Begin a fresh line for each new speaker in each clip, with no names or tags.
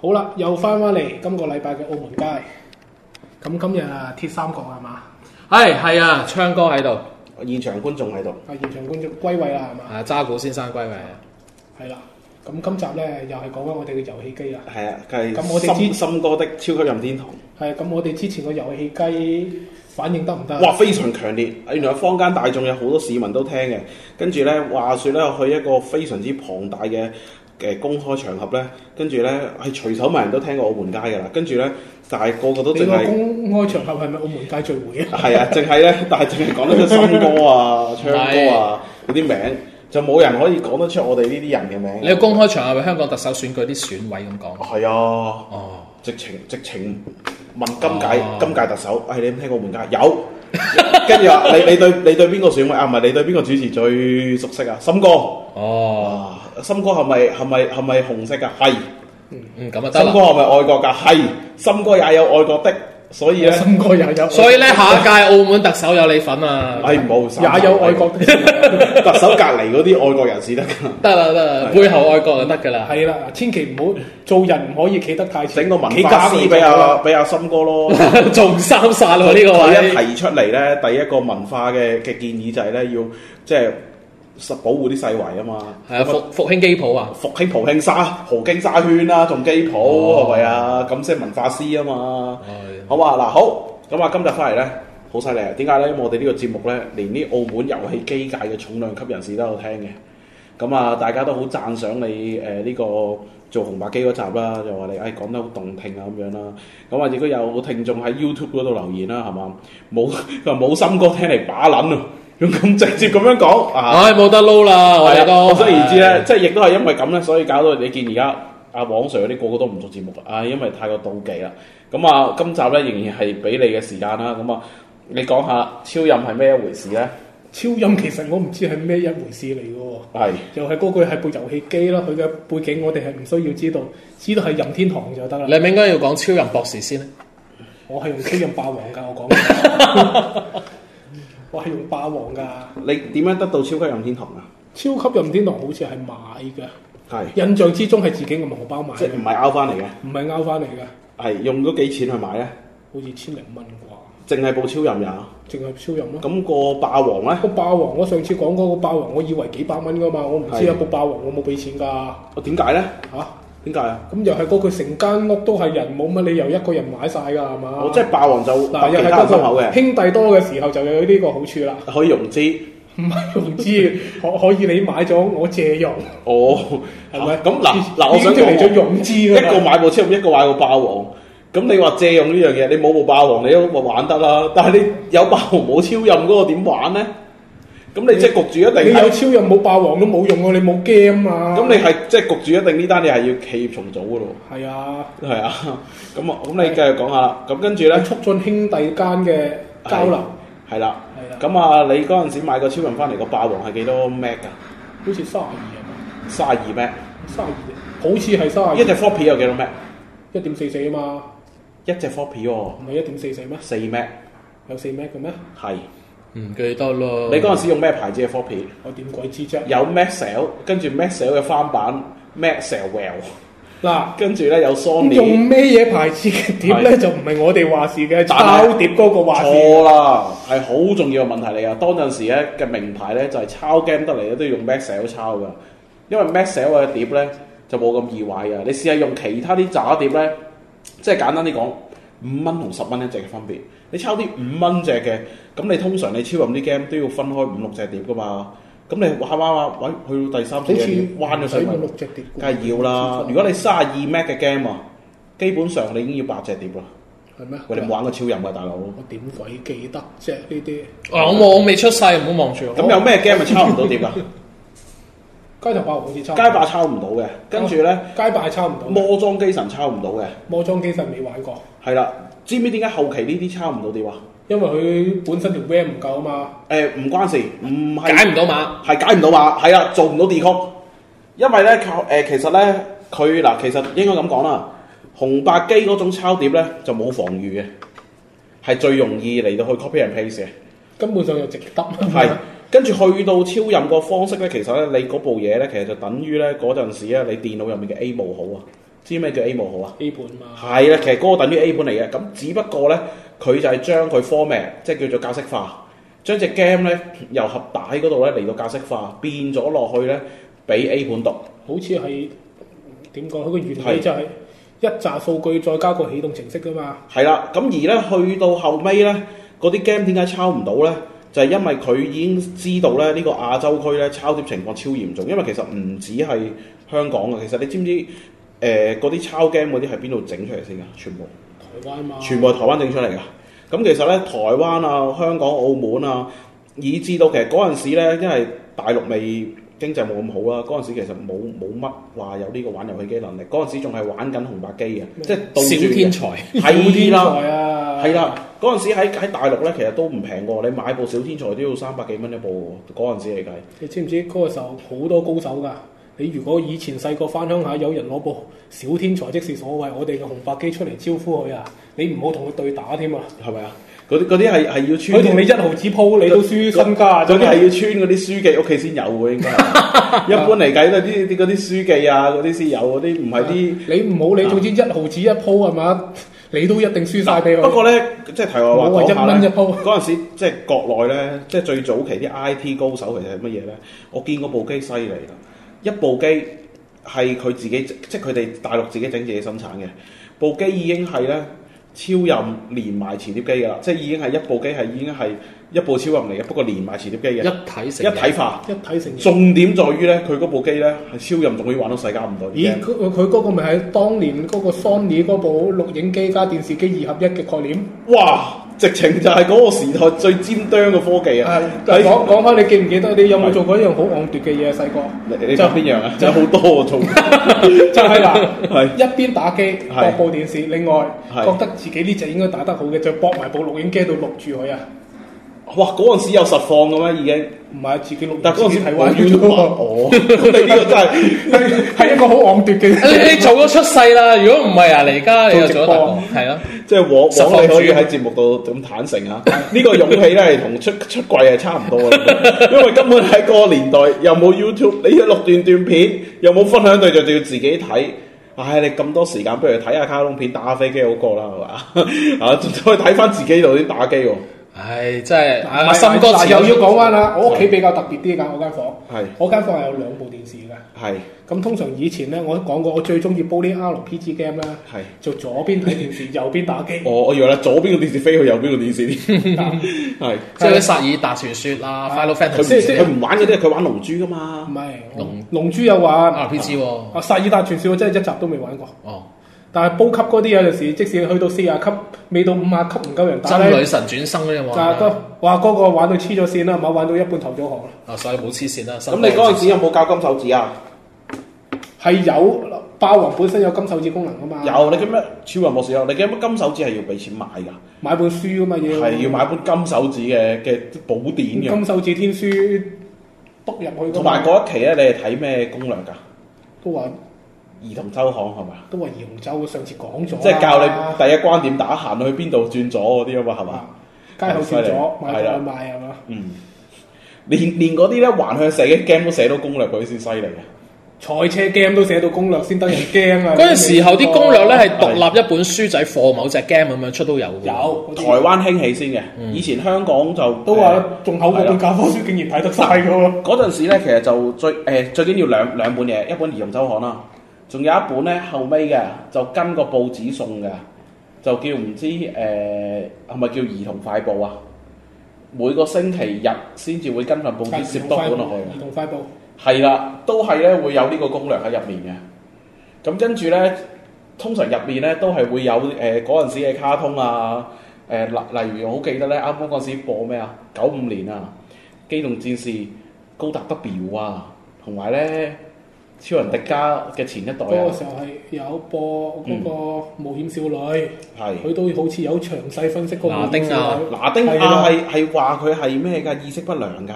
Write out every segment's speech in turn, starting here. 好啦，又翻返嚟今個禮拜嘅澳門街。咁今日啊，鐵三角係嘛？
係係啊，昌哥喺度，
現場觀眾喺度，
啊，現場觀眾歸位啦，係嘛？
啊渣古先生歸位，啊
係啦。咁今集咧又係講緊我哋嘅遊戲機啦。
係啊，佢
咁
係
我哋
森
知
森哥的超級任天堂，
係咁，我哋之前個遊戲機反應得唔得？啊
哇！非常強烈，啊原來坊間大眾有好多市民都聽嘅。跟住咧，話說咧，我去一個非常之龐大嘅嘅公開場合咧，跟住咧係隨手埋人都聽過澳門街㗎啦。跟住咧，但係個個都
你
淨
個
係
公開場合係咪澳門街聚會啊？
係啊，淨係咧， 但係淨係講得出森哥啊、昌哥啊嗰啲名，就冇人可以講得出我哋呢啲人嘅名。
你個公開場係咪香港特首選舉啲選委咁講？
係啊。
哦，
直情直情問今屆
哦
今屆特首，誒你有冇聽過門街有？ 跟住話你你對你對邊個選委啊？唔係你對邊個主持最熟悉啊？森哥
哦，
啊，森哥係咪係咪係咪紅色㗎？係。
嗯，咁啊得
森
啦
哥。係咪愛國㗎？係。森哥也有愛國的，所啊以咧，
森哥又有，
所以咧，下一屆澳門特首有你份啊！
誒冇三
也有愛國的啊人。
特首隔離嗰啲愛國人 士得㗎，
得啦得啦，背後愛國就得噶啦。
係啦，千祈唔好做人唔可以企得太前，
整個文
企
化
架
師
嚟
俾
做
阿
啦
俾阿森哥咯。
仲三殺喎 呢個
佢一
位，
提出嚟咧，第一個文化嘅嘅建議就係咧，要即係實保護啲世遺啊嘛。
係啊復復興機鋪啊！
復興葡慶沙葡京沙圈啦、仲機鋪
哦
係咪啊？咁先文化師啊嘛，
係
好嘛嗱好，咁啊今日翻嚟咧好犀利啊！點解咧？因為我哋呢個節目咧，連啲澳門遊戲機界嘅重量級人士都有聽嘅，咁啊大家都好讚賞你誒呢、個做紅白機嗰集啦，就話你誒、哎、講得好動聽啊咁樣啦，咁啊亦都有聽眾喺 YouTube 嗰度留言啦，係嘛？冇佢話冇心哥聽嚟把撚啊，咁咁直接咁樣講啊！
唉，冇得撈啦，我
係
哋
啊，
都。
可想而知咧，，即係亦都係因為咁咧，所以搞到你見而家阿黃 Sir 嗰啲個個都唔做節目啦，啊，因為太過妒忌啦。咁啊，今集咧仍然係俾你嘅時間啦。咁啊，你講下超任係咩一回事咧？
超音其實我唔知係咩一回事嚟嘅喎。
係
又係嗰句係部遊戲機啦，佢嘅背景我哋係唔需要知道，知道係任天堂就得
你
啦。
係咪應該要講超人博士先咧？啊
我係用超任霸王㗎，我講 嘅我係用霸王㗎。
你點樣得到超級任天堂啊？
超級任天堂好似係買
係
嘅，印象之中係自己用荷包買
即
嘅
係，唔係拗翻嚟嘅？
唔係拗翻嚟嘅，
係用咗幾錢去買咧？
好似千零蚊啩，
淨係部超任呀？
淨係超任咯。
咁、個霸王咧？
個霸王，我上次講嗰個霸王，我以為幾百蚊㗎嘛，我唔知有
係
部霸王我冇俾錢㗎嚇。
我點解咧？點解啊？
咁又係嗰句，成間屋都係人，冇乜理由一個人買晒㗎係嘛？
哦我即係霸王就
嗱，
揼
又
其
係
他
嗰
人心口
個
嘅，
兄弟多嘅時候就有呢個好處 啦。
可以融資。
唔係融資，可可以你買咗我借用，
哦，
係咪？
咁嗱嗱，我
已經
想
脫離
講
咗融資
一
啦。
個買部超人，一個買個霸王。咁你話借用呢樣嘢，你冇部霸王你都玩得啦。但係你有霸王冇超任嗰個點玩咧？咁你即係焗住一
你
定
有
係，
超人冇霸王都冇用喎，你冇 game 啊。
咁你係即係焗住一定呢單嘢係要企業重組噶咯。
係啊，
係啊，咁啊，咁你繼續講下啦。咁跟住咧
促進兄弟間嘅交流，係
係啦，
啦，
咁啊，你嗰陣時買個超人翻嚟個霸王係幾多 Mac 啊？
好似三十二啊嘛，
三十二 Mac，
三十二，啊好似係三
一
十
隻 floppy 有幾多 Mac？
二，一點四四啊嘛，
一隻 floppy 喎，
唔係一點四四咩？
四 Mac
有四 m 嘅咩？
係。
唔嗯記得咯。
你嗰陣時用咩牌子嘅 floppy？
我點鬼知啫？
有 Maxell，跟住 Maxell 嘅翻版 Maxwell，
嗱。
跟住咧有
用
Sony。
咩嘢牌子嘅碟咧，
係
就唔係我哋話事嘅，
但係
抄碟嗰個話事。
錯啦，係好重要嘅問題嚟噶。當陣時咧嘅名牌咧就係、抄 game 得嚟咧都要用 Maxell 抄噶，因為 Maxell 嘅碟咧就冇咁易壞啊噶。你試下用其他啲渣碟咧，即係簡單啲講，五蚊同十蚊一隻嘅分別。你抄啲五蚊隻嘅，咁你通常你超任啲 game 都要分開五六隻碟噶嘛。咁你哇哇哇，喂，去到第三
好
隻
似
碟彎咗水
水
咪
五六隻碟㗎，
梗係要啦！如果你三十二 Mac 嘅 game 啊，基本上你已經要八隻碟啦。
係咩？
喂，你冇玩過超人㗎，大佬。
我點鬼記得啫呢啲？
啊，我冇我未出世，唔好望住我。
哦咁有咩 game 咪抄唔到 碟㗎？
街頭霸王好似抄，
街霸抄唔到嘅，跟住咧
街霸係抄唔到，
魔裝機神抄唔到嘅，
魔裝機神未玩過，
係啦。知唔知點解後期呢啲抄唔到碟啊？
因為佢本身條 RAM 唔夠啊嘛。
誒唔關事，唔
解
係
唔到碼。
係解唔到嘛，係啦，做唔到 decode。因為咧靠誒，其實咧佢嗱，其實應該咁講啦，紅白機嗰種抄碟咧就冇防禦嘅，係最容易嚟到去 copy and paste 嘅。
根本上就值得。啊
係，跟住去到超任個方式咧，其實咧你嗰部嘢咧，其實就等於咧嗰陣時咧你電腦入面嘅 A 模好啊，知咩叫 A 模號啊？
A 盤嘛，
係啦，其實嗰個等於 A 盤嚟嘅，咁只不過咧，佢就係將佢 format 即係叫做格式化，將隻 game 咧由盒帶嗰度咧嚟到格式化，變咗落去咧俾 A 盤讀。
好似係點講？佢個原
係
理就係一紮數據再加個啟動程式噶嘛。
係啦，咁而咧去到後尾咧，嗰啲 game 點解抄唔到咧？就係、因為佢已經知道咧呢、呢個亞洲區咧抄襲情況超嚴重，因為其實唔止係香港嘅，其實你知唔知誒嗰啲抄 game 嗰啲係邊度整出嚟先㗎？全部。
台灣嘛，
全部係台灣整出嚟噶。咁其實咧，台灣啊、香港、澳門啊，以至到其實嗰陣時咧，因為大陸未經濟冇咁好啦，嗰陣時其實冇冇乜話有呢個玩遊戲機能力，嗰陣時仲係玩緊紅白機嘅，即係倒
小天
轉嘅。
才，
小
係
天
啦，
才啊，
係，啦，嗰陣時喺喺大陸咧，其實都唔平喎，你買部小天才都要三百幾蚊一部喎，嗰陣時嚟計。
你知唔知嗰個時候好多高手㗎？你如果以前細個翻鄉下，有人攞部小天才，即是所謂我哋嘅紅白機出嚟招呼佢啊，你唔好同佢對打添啊！
係咪啊？嗰啲嗰啲係係要
佢
穿
同你一毫子鋪，你都輸身家，
嗰
真
啲係
係
要穿嗰啲書記屋企先有嘅，應該 係一般嚟計都係啲啲嗰啲書記啊，嗰啲先有嗰啲，唔係啲。啊
你唔好理，總之一毫子一鋪係嘛，你都一定輸晒俾
不
佢。
過咧，即係題外話
冇話啊
講下
一蚊一
咧，
鋪
嗰陣時即係國內咧，即係最早期啲 I T 高手其實係乜嘢咧？我見嗰部機犀利啦，一部機係佢自己即係佢哋大陸自己整自己生產嘅，部機已經係咧超任連埋磁碟機㗎啦，即係已經係一部機係已經係一部超任嚟嘅，不過連埋磁碟機
一
嘅
體成
一體化。
一睇成型。
重點在於咧，佢嗰部機咧係超任，仲要玩到世界咁多。已
咦，
經
佢佢嗰個咪係當年嗰個 Sony 嗰部錄影機加電視機二合一嘅概念？
哇！直情就係嗰個時代最尖端嘅科技啊！
係講講開，你記唔記得你有冇做過一樣好戇奪嘅嘢啊？細個
你你講邊樣啊？有好多 喎，做
就係嗱，
係
一邊打機
係
播部電視，另外
係
覺得自己呢隻應該打得好嘅，就搏埋部錄影機度錄住佢啊！
哇！嗰陣時有實況嘅咩已經？
唔係自己錄完，
但係嗰陣
自
時
己
睇
睇
玩
玩
YouTube 啊
嘅
哦， 咁你呢個真係
喎， 係啊一個好戇奪 嘅嘢。
你你做咗出世啦，如果唔係啊，你而家你又做咗
做直播
大王，係啊，
即係 往
實況
往你可以
主
喺節目度咁坦誠啊！呢個勇氣咧係同出出櫃係差唔多 嘅，因為根本喺嗰個年代又冇 YouTube，你一錄段段片又冇分享對象，就要自己睇。唉，你咁多時間，不如睇下卡通片、打下飛機好過啦，係嘛？ 啊，再睇翻自己度啲打機喎，
唉，真係
嗱
啊
阿森哥
嗱
遲
又
早
要講翻啦，我屋企比較特別啲㗎，我間房，
係
我間房係有兩部電視㗎。
係
咁通常以前咧，我都講過，我最中意煲啲 RPG game 啦，
係。
就左邊睇 電視，右邊打機。
哦我我以為咧左邊個電視飛去右邊個電視添， 係
即係啲薩爾達傳說啦、
係
Final
佢即
Fantasy
係佢唔玩嗰啲，佢玩龍珠噶嘛
唔。係
龍
龍龍珠有玩，啊
RPG
《
喎，
薩爾達傳說》我真係一集都未玩過。
哦，
但係煲級嗰啲有陣時，即使去到四廿級，未到五廿級唔夠人打
真女
咧，
神轉生呢
就
個
係
嘛
都，哇嗰、個玩到黐咗線啦，唔係玩到一半投咗降啦。
啊，所以冇黐線啦。
咁你嗰陣時有冇教金手指啊？
係有霸王本身有金手指功能噶嘛，
有，你記唔記得超人博士有？啊你記唔記得金手指係要俾錢買㗎？
買本書噶嘛要，
係要買本金手指嘅嘅寶典嘅。
金手指天書篤入去㗎嘛。
同埋嗰一期啊咧，你係睇咩攻略㗎？
都話
兒童周刊係嘛？
都話移龍舟，上次講咗啦，
即係教你第一關點打，行去邊度轉左嗰啲啊嘛，係嘛？
啊街口轉左買
係啦
外賣係嘛？
嗯，連連嗰啲咧橫向射擊 game 都寫到攻略嗰啲先犀利啊！
賽車 game 都寫到攻略先得人驚啊！
嗰陣時候啲攻略咧係獨
係
立一本書仔貨某隻 game 咁樣出都有嘅。
有嗰
台
啲
灣興起先嘅，以前香港就
嗯都話仲厚過本教科書，竟然睇得晒㗎喎。
嗰陣時咧，其實就最誒、最緊要兩兩本嘢，一本《兒童周刊》啦，仲有一本咧後尾嘅，就跟個報紙送嘅，就叫唔知誒係咪叫兒童快報啊？每個星期日先至會跟份報紙攝多啊本落
兒
去
童快報，
嘅，係啦，都係咧會有呢個攻略喺入面嘅。咁跟住咧，通常入面咧都係會有誒嗰陣時嘅卡通啊，誒、例例如我好記得咧，啱啱嗰陣時播咩啊？九五年啊，《機動戰士》。高達不表啊，同埋咧超人迪迦嘅前一代
嗰個
啊，嗯
時候係有播嗰個冒險少女，
係
佢都好似有詳細分析嗰個
拿
冒險
丁
少
啊
女。
拿丁
係啦
亞係係話佢係咩㗎？意識不良㗎，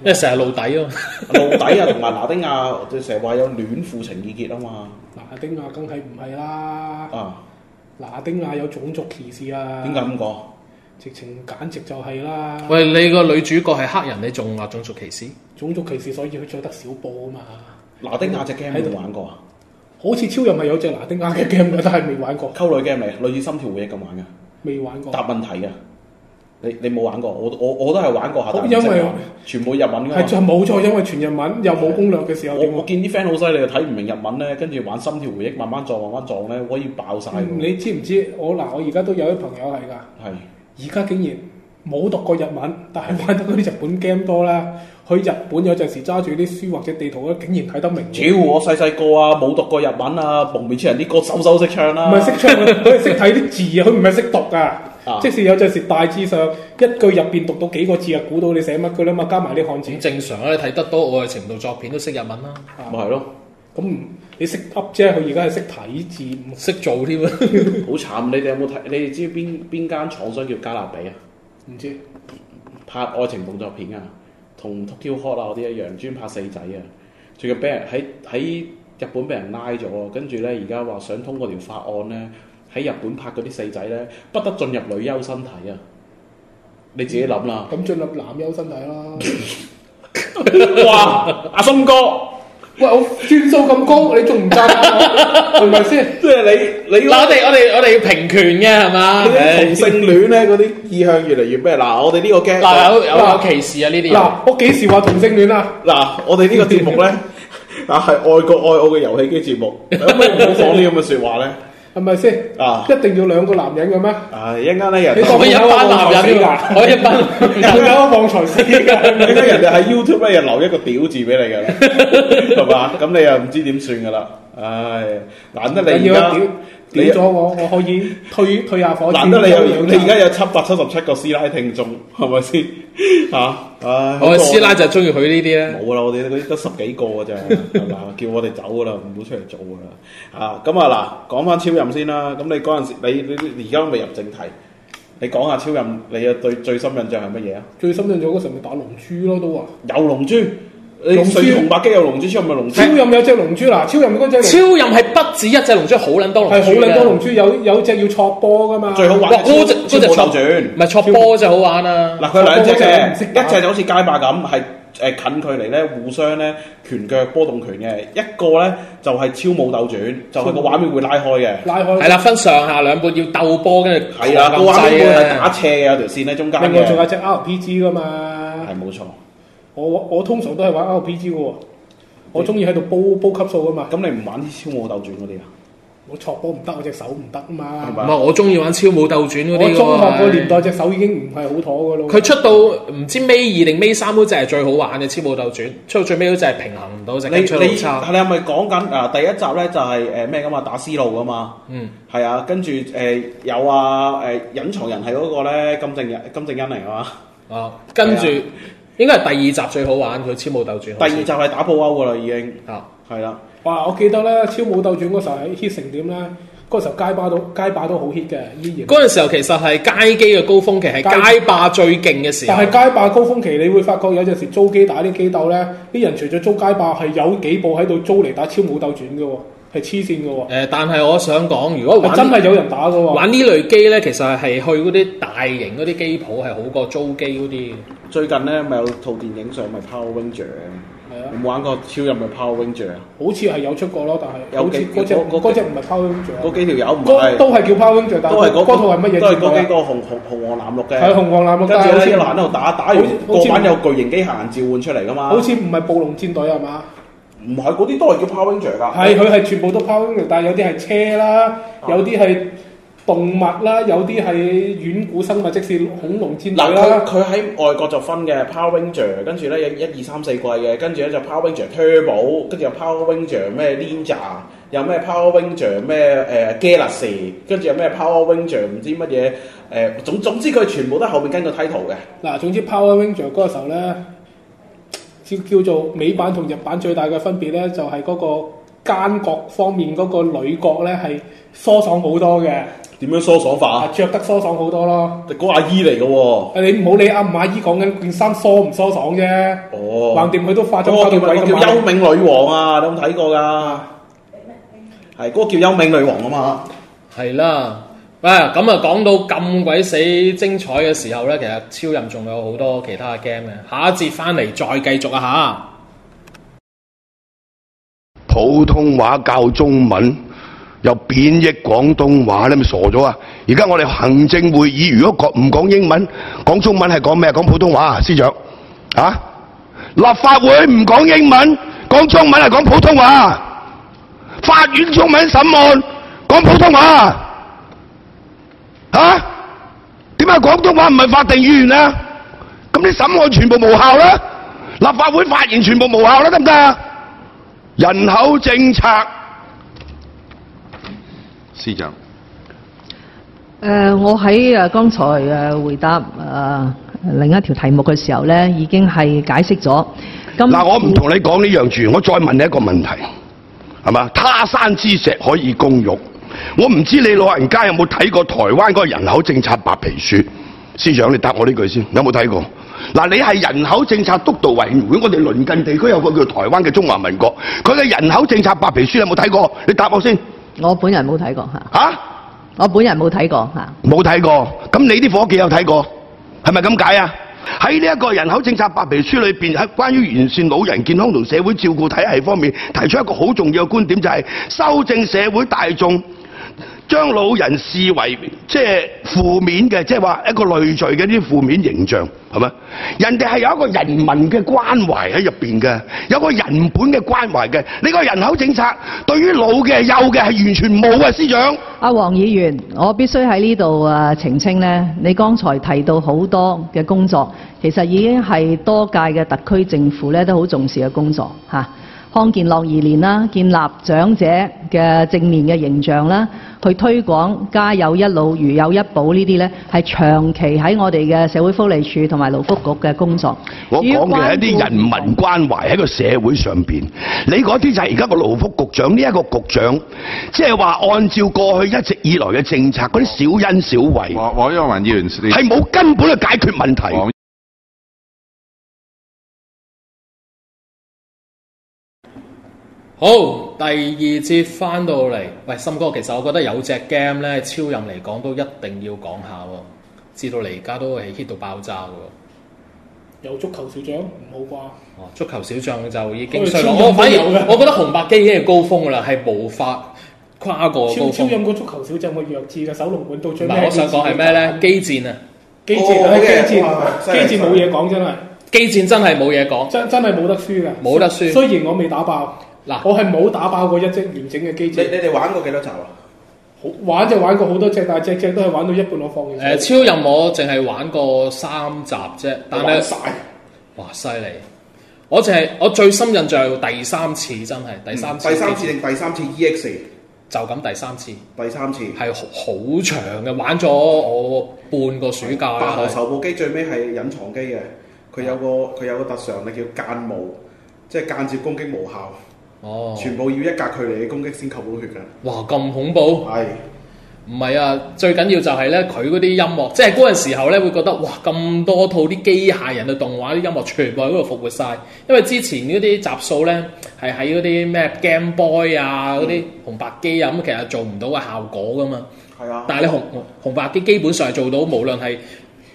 因為成日露底啊嘛。
露底啊，同埋拿丁亞就成日話有戀父情意結啊嘛，
拿丁亞梗係唔係啦，
啊
拿丁啊亞有種族歧視啊！
點解？咁講？
直情簡直就係啦，
喂，你個女主角係黑人，你仲話種族歧視？
種族歧視，所以佢着得少布啊嘛。
拿丁亞隻 game 有冇玩過啊？
好似超人咪有隻拿丁亞啊嘅 game 嘅，但係未玩過，
溝女 game 嚟，類似心跳回憶咁玩嘅，
未玩過。
答問題嘅。你你冇玩過，我我我都係玩過下，但係唔
因
識
為
玩啊全部日文㗎嘛
係就冇錯，因為全日文又冇攻略嘅時候
我
點
我
啊？
見啲 friend 好犀利，睇唔明日文咧，跟住玩心跳回憶，慢慢撞，慢慢撞咧，可以爆晒喎。
嗯你知唔知我嗱？我而家都有啲朋友係㗎。
係
而家竟然冇讀過日文，但
嗯
係玩得嗰啲日本 game 多啦。去日本有陣時揸住啲書或者地圖咧，竟然睇得明。
屌我細細個啊，冇讀過日文啊，蒙面超人啲歌首首識唱啦、
唔係識唱，啊 佢係識睇啲字啊，佢唔係識讀啊。
啊
即使有陣時大致上一句入邊讀到幾個字啊，估到你寫乜句啦嘛，加埋啲漢字
嗯
咁。正常啦，啊你睇得多愛情度作片都識日文啦，
咪係咯，
咁唔你識噏啫，佢而家係識睇字。唔
識做添啊！
好慘！你哋有冇睇？你哋知邊邊間廠商叫加勒比啊？
唔知
拍愛情動作片啊，同 Tokyo Hot 啊嗰啲一樣，專拍四仔啊。最近俾人喺喺日本俾人拉咗啊，跟住咧而家話想通過條法案咧，喺日本拍嗰啲四仔咧，不得進入女優身體啊！你自己諗啦。
咁進入男優身體啦。
哇！阿森哥，
喂，我轉數咁高，你仲唔讚我？係咪 先？
即係你你
嗱，我哋我哋我哋要平權嘅係嘛？
同性戀咧嗰啲意向越嚟越咩？嗱，我哋呢個 game
嗱有有有
嗱
歧視啊呢啲人。
嗱，我幾時話同性戀啊？
嗱，我哋呢個節目 咧，嗱係愛國愛澳嘅遊戲機節目，可唔可以唔好講呢啲咁嘅説話咧？
係咪先？
啊
一定要兩個男人嘅咩？
啊，一陣間咧人
你當
我一班男人
我
啊，我一班
有有個旺財師嘅，
一陣間人哋喺 YouTube 咧又留一個屌字俾你㗎 啦，係嘛？咁你又唔知點算㗎啦？唉，難得
你
你而
要
家
屌屌
你
咗我，我可以退退下火。
難得你
有
有你而家有七百七十七個師奶聽眾，係咪先？嚇，唉，
我嘅師奶就中意佢呢啲啊咧。
冇啦，我哋嗰啲得十幾個嘅啫，係嘛？叫我哋走噶啦，唔好出嚟做噶啦。啊，咁啊嗱，講翻超任先啦。咁你嗰陣時，你你你而家都未入正題，你講下超任，你嘅對最深印象係乜嘢啊？
最深印象嗰時咪打龍珠咯，都話
有龍珠，你
龍珠
瑞同白機有龍珠，超任咪龍珠
超。任有隻龍珠嗱，超任嗰隻
超任係不止一隻龍珠，好撚多龍珠
係好
㗎
撚多龍珠，有有隻要戳波噶嘛，
最好玩
哇！嗰隻
嘅超
嗰隻戳
超武鬥轉
唔。係戳波就好玩啊！
嗱，佢有兩隻
我唔識
嘅，
打
一隻就好似街霸咁，係誒近距離咧互相咧拳腳波動拳嘅；一個咧就係超武鬥轉，就係個畫面會拉開嘅。
拉
係
開。
啦，分上下兩半要鬥波，跟住
係啊，個畫面會係
掣
打
啊！
斜嘅，有條線喺中間
另外仲有
嘅。
隻 RPG 噶嘛，
係冇錯。
我我通常都係玩 RPG 嘅喎，
嗯
我中意喺度煲煲級數噶嘛，
咁你唔玩啲超武鬥轉嗰啲啊？
我戳波唔得，我隻手唔得啊
係
嘛
咪。
唔係我中意玩超武鬥轉嗰
我
啲
中學個
喎
年代隻手已經唔係好妥噶咯喎。
佢出到唔知尾二定尾三嗰隻係最好玩嘅超武鬥轉，出到最尾嗰隻係平衡唔到，隻
你
跟出
你
好差。
係你係咪講緊啊？第一集咧就係誒咩噶嘛，打思路噶嘛，
嗯，
係啊，跟住誒有啊誒隱藏人係嗰個咧金正日金正恩嚟噶嘛，
啊，跟住
係
應該係第二集最好玩，佢超武鬥轉
第
好
二
似。
集係打布歐噶啦已經，
啊，
係啦，
哇！我記得咧，《超武鬥傳》嗰時候喺 hit 成點咧，嗰時候街霸都街霸都好 hit 嘅，依然。
嗰陣時候其實係街機嘅高峰期，係街霸最勁嘅時
但
候。
係街霸高峰期，你會發覺有陣時租機打啲機鬥咧，啲人除咗租街霸，係有幾部喺度租嚟打《超武鬥傳》嘅喎，係黐線嘅
誒、但係我想講，如果
喎，係
玩
真係有人打嘅喎。
玩呢類機咧，其實係去嗰啲大型嗰啲機鋪係好過租機嗰啲。
最近咧咪有套電影上咪 Power Ranger
係
嘅，
啊
有，冇玩過超人咪 Power Ranger 啊？
好似係有出過咯，但係
有
好似
幾
嗰只
嗰嗰
嗰只唔係 Power
嗰
Ranger，啊
幾條友唔
嗰
係
都係叫 Power Ranger，但
都係
係
嗰
嗰套係乜嘢？啊
都係嗰幾個紅紅紅黃藍綠嘅，
係啊紅黃藍綠，
跟
但
住
係好
咧一
似
路喺度打，打
好似
完個
好似
版有巨型機械人召喚出嚟噶嘛，
好似唔係暴龍戰隊係嘛？
唔係嗰啲都係叫 Power Ranger 㗎。
係佢係全部都拋空嘅，但係有啲係車啦，
哦
有啲係動物啦，有啲係遠古生物，即是恐龍之類
嗱，佢
啦。
佢喺外國就分嘅 Power Ranger，跟住咧有一二三四季嘅，跟住咧就 Power Ranger Turbo，跟住有 Power Ranger 咩 Ninja，有咩 Power Ranger 咩誒 Galaxy，跟住有咩 Power Ranger 唔知乜嘢誒，總總之佢全部都係後面跟個 title 嘅。
嗱，總之 Power Ranger 嗰個時候咧，叫叫做美版同日版最大嘅分別咧，就係、嗰個奸角方面嗰個女角咧係疏爽好多嘅，
點樣疏爽
啊
法？
著得疏爽好多咯。
嗰阿姨嚟嘅喎。
誒你唔好理阿吳阿姨講緊件衫疏唔疏爽啫，橫
哦，
掂佢都化
嗰
妝
個
化到
叫嗰個
鬼
叫
咁
幽
猛。
冥女王啊，你有冇睇過㗎？係嗰個叫幽冥女王啊嘛。
係啦，啊咁啊講到咁鬼死精彩嘅時候咧，其實超任仲有好多其他嘅 game 嘅。下一節翻嚟再繼續啊嚇。
抱普通話教中文，又貶抑廣東話，你咪傻咗啊！而家我哋行政會議如果講唔講英文，講中文係講咩？講普通話啊，司長啊！立法會唔講英文，講中文係講普通話。法院中文審案講普通話，嚇、啊？點解廣東話唔係法定語言啊？咁你審案全部無效啦，立法會發言全部無效啦，得唔得啊？人口政策，司長，
誒、呃我喺誒剛才誒回答誒、另一條題目嘅時候咧，已經係解釋咗。今
嗱，我唔同你講呢樣住，我再問你一個問題，係嘛？他山之石可以攻玉，我唔知你老人家有冇睇過台灣嗰個人口政策白皮書？司長，你答我呢句先，有冇睇過？嗱，你係人口政策督導委員會，我哋鄰近地區有個叫台灣嘅中華民國，佢嘅人口政策白皮書有冇睇過？你答我先，
我本人冇睇過嚇，
嚇、
我本人冇睇過嚇。
冇睇過，咁你啲伙計有睇過，係咪咁解啊？喺呢一個人口政策白皮書裏邊，喺關於完善老人健康同社會照顧體系方面，提出一個好重要嘅觀點，就係、修正社會大眾將老人視為即係負面嘅，即係話一個累贅嘅呢啲負面形象，係咪？人哋係有一個人民嘅關懷喺入邊嘅，有個人本嘅關懷嘅。你個人口政策對於老嘅、幼嘅係完全冇啊，司長。
阿黃議員，我必須喺呢度啊澄清呢，你剛才提到好多嘅工作，其實已經係多屆嘅特區政府咧都好重視嘅工作嚇、康健樂兒年啦，建立長者嘅正面嘅形象啦，去推廣家有一老如有一寶呢啲呢，係長期喺我哋嘅社會福利署同埋勞福局嘅工作。
我
至於
講嘅係一
關顧
啲人民關懷喺個社會上邊，你嗰啲就係而家個勞福局長呢一個局長，即係話按照過去一直以來嘅政策，嗰啲小恩小惠
黃黃毓民議員，你
係冇根本去解決問題。
黃
好，第二節翻到嚟，喂，森哥，其實我覺得有隻 game 咧，超任嚟講都一定要講下喎，至到嚟而家都係 hit 到爆炸嘅喎。
有足球小將唔好
哦，足球小將就已經
我哋
衰落，
超任
我反
都有
而
嘅
我覺得紅白機已經係高峰㗎啦，係無法跨過
啩？
高
超超
峰。
任個足球小將嘅弱智嘅守龍門到
唔
最尾
係，
係
我想講係咩咧？機戰啊，
機戰
哦
啊，
嘅
機
哇犀
戰
利
機戰冇嘢講真係，
機戰真係冇嘢講。
真真係冇得輸嘅，
冇得輸
雖然我未打爆，
嗱
我係冇打爆過一隻完整嘅機
你
戰，
你哋玩過幾多集啊？
好玩就玩過好多隻，但係隻隻都係玩到一半我放
誒、
棄。
超任我淨係玩過三集啫，但係
玩晒
哇犀利！我淨係我最深印象係第三次真係第三次，
第三次定第三次 E EX，
就咁第三次
第三次。
係好好長嘅，玩咗我半個暑假
白
啦
河。仇報機最尾係隱藏機嘅，佢有個佢有個特長你叫間無，即係間接攻擊無效，
哦，
全部要一格距離嘅攻擊先扣到血㗎。
哇咁恐怖！
係
唔係啊，最緊要就係咧，佢嗰啲音樂，即係嗰陣時候咧，會覺得哇咁多套啲機械人嘅動畫啲音樂全部喺嗰度復活晒。因為之前嗰啲集數咧係喺嗰啲咩 Game Boy 啊、嗰啲紅白機啊，咁其實做唔到嘅效果噶嘛。
係啊，
但係你紅紅白機基本上係做到，無論係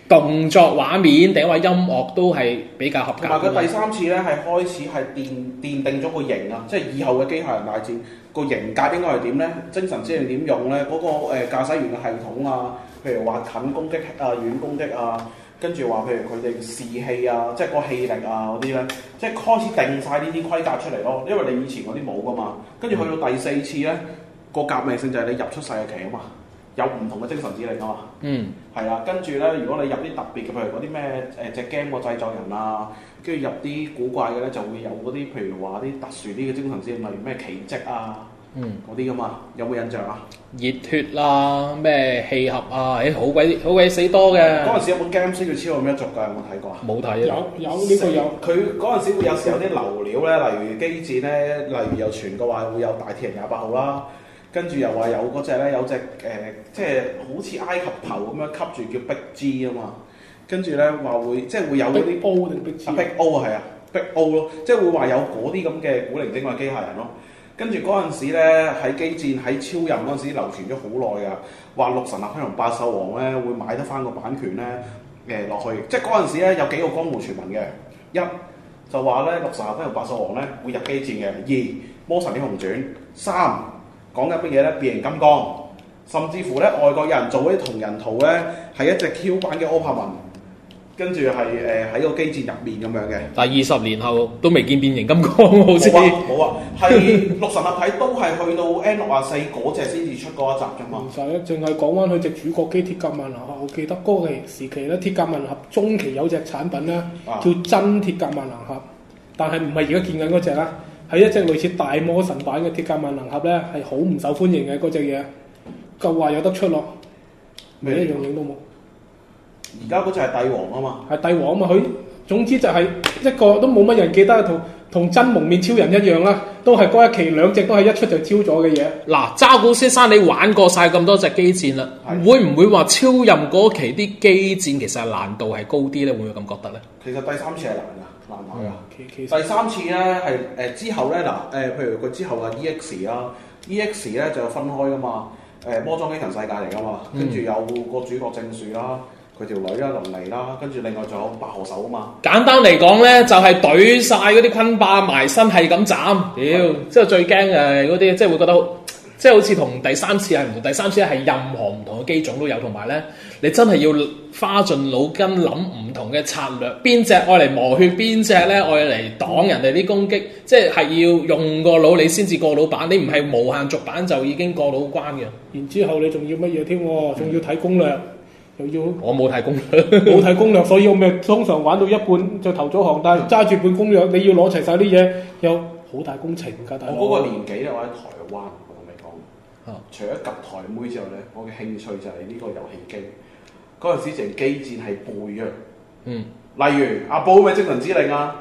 動作畫面定係話音樂都係比較合格
同埋佢
㗎
啊第
嘛。
三次咧係開始係奠奠定咗個型啊，即係以後嘅機械人大戰個型格應該係點咧？精神指令點用咧？嗰、個誒、呃、駕駛員嘅系統啊，譬如話近攻擊啊、遠攻擊啊，跟住話譬如佢哋士氣啊，即係個氣力啊嗰啲咧，即係開始定晒呢啲規格出嚟咯。因為你以前嗰啲冇噶嘛，跟住去到第四次咧，個革命性就係你入出世嘅期啊嘛，有唔同嘅精神指令啊嘛。
嗯，
係啦，跟住咧，如果你入啲特別嘅，譬如嗰啲咩誒隻 game 個製作人啊，跟住入啲古怪嘅咧，就會有嗰啲譬如話啲特殊啲嘅精神先，例如咩奇蹟啊，
嗯，
嗰啲噶嘛，有冇印象啊？
熱血啦，咩氣合啊，誒好鬼好鬼死多嘅，
嗰陣時有本 game 先叫超人一族㗎，有冇睇過啊？
冇睇啊。
有有呢個有，
佢嗰陣時會有時有啲流料咧，例如機戰咧，例如又傳嘅話會有大鐵人廿八號啦，跟住又話有嗰只咧有隻誒、呃即係好似埃及頭咁樣吸住叫 Big G 啊嘛，跟住咧話會即係會有嗰啲
逼。O 定逼 G？
啊 Big O 啊，係啊，Big O 咯，即係會話有嗰啲咁嘅古靈精怪機械人咯。跟住嗰陣時咧，喺機戰喺超人嗰陣時流傳咗好耐噶，話六神合體同八獸王咧會買得翻個版權咧誒落去，即係嗰陣時咧有幾個江湖傳聞嘅，一就話咧六神合體同八獸王咧會入機戰嘅，二魔神英雄傳》三講緊乜嘢咧？變形金剛，甚至乎咧外國有人做嗰啲同人圖咧，係一隻 Q 版嘅柯柏文，跟住係誒喺個機戰入面咁樣嘅。
但二十年後都未見變形金剛喎好似
冇啊冇啊，係 六神合體都係去到 N 六啊四嗰只先至出嗰一集啫嘛
唔。使，淨係講翻佢只主角機鐵甲萬能俠，我記得嗰個時期咧，鐵甲萬能俠中期有隻產品咧，叫
啊
真鐵甲萬能俠，但係唔係而家見緊嗰只啦，係一隻類似大魔神版嘅鐵甲萬能俠咧，係好唔受歡迎嘅嗰只嘢，就話有得出咯，咪
咩
一樣影都冇，
而家嗰只係帝王啊嘛，
係帝王啊嘛佢，總之就係一個都冇乜人記得，同同真蒙面超人一樣啦，都係嗰一期兩隻都係一出就超咗嘅嘢。
嗱，渣古先生，你玩過晒咁多隻機戰啦，
係
會唔會話超任嗰期啲機戰其實難度係高啲咧？會唔會咁覺得咧？
其實第三次係難噶，難打噶。
其其實
第三次咧係誒之後咧嗱誒，譬如佢之後啊，E 嘅 EX 啦，EX 咧，E 就有分開噶嘛，誒、魔裝機神世界嚟噶嘛，跟住有個主角正樹啦，佢條女啦，龍嚟啦，跟住另外仲有白河手啊嘛，
簡單嚟講咧，就係懟晒嗰啲昆霸埋身係咁斬，屌！即係最驚誒嗰啲，即係會覺得好即係好似同第三次係唔同，第三次係任何唔同嘅機種都有，同埋咧你真係要花盡腦筋諗唔同嘅策略，邊只愛嚟磨血，邊只咧愛嚟擋人哋啲攻擊，即係係要用個腦你先至過到版，你唔係無限續版就已經過到關嘅。
然之後你仲要乜嘢添喎？仲要睇攻略，又要
我冇睇攻略。
冇睇攻略，所以我咪通常玩到一半就投咗降，但係揸住本攻略，你要攞齊晒啲嘢，有好大工程㗎，大佬。
我嗰個年紀咧，我喺台灣，我同你講，
啊
除咗及台妹之後咧，我嘅興趣就係呢個遊戲機。嗰陣時成機戰係背約，
嗯，
例如阿寶咪精神指令啊，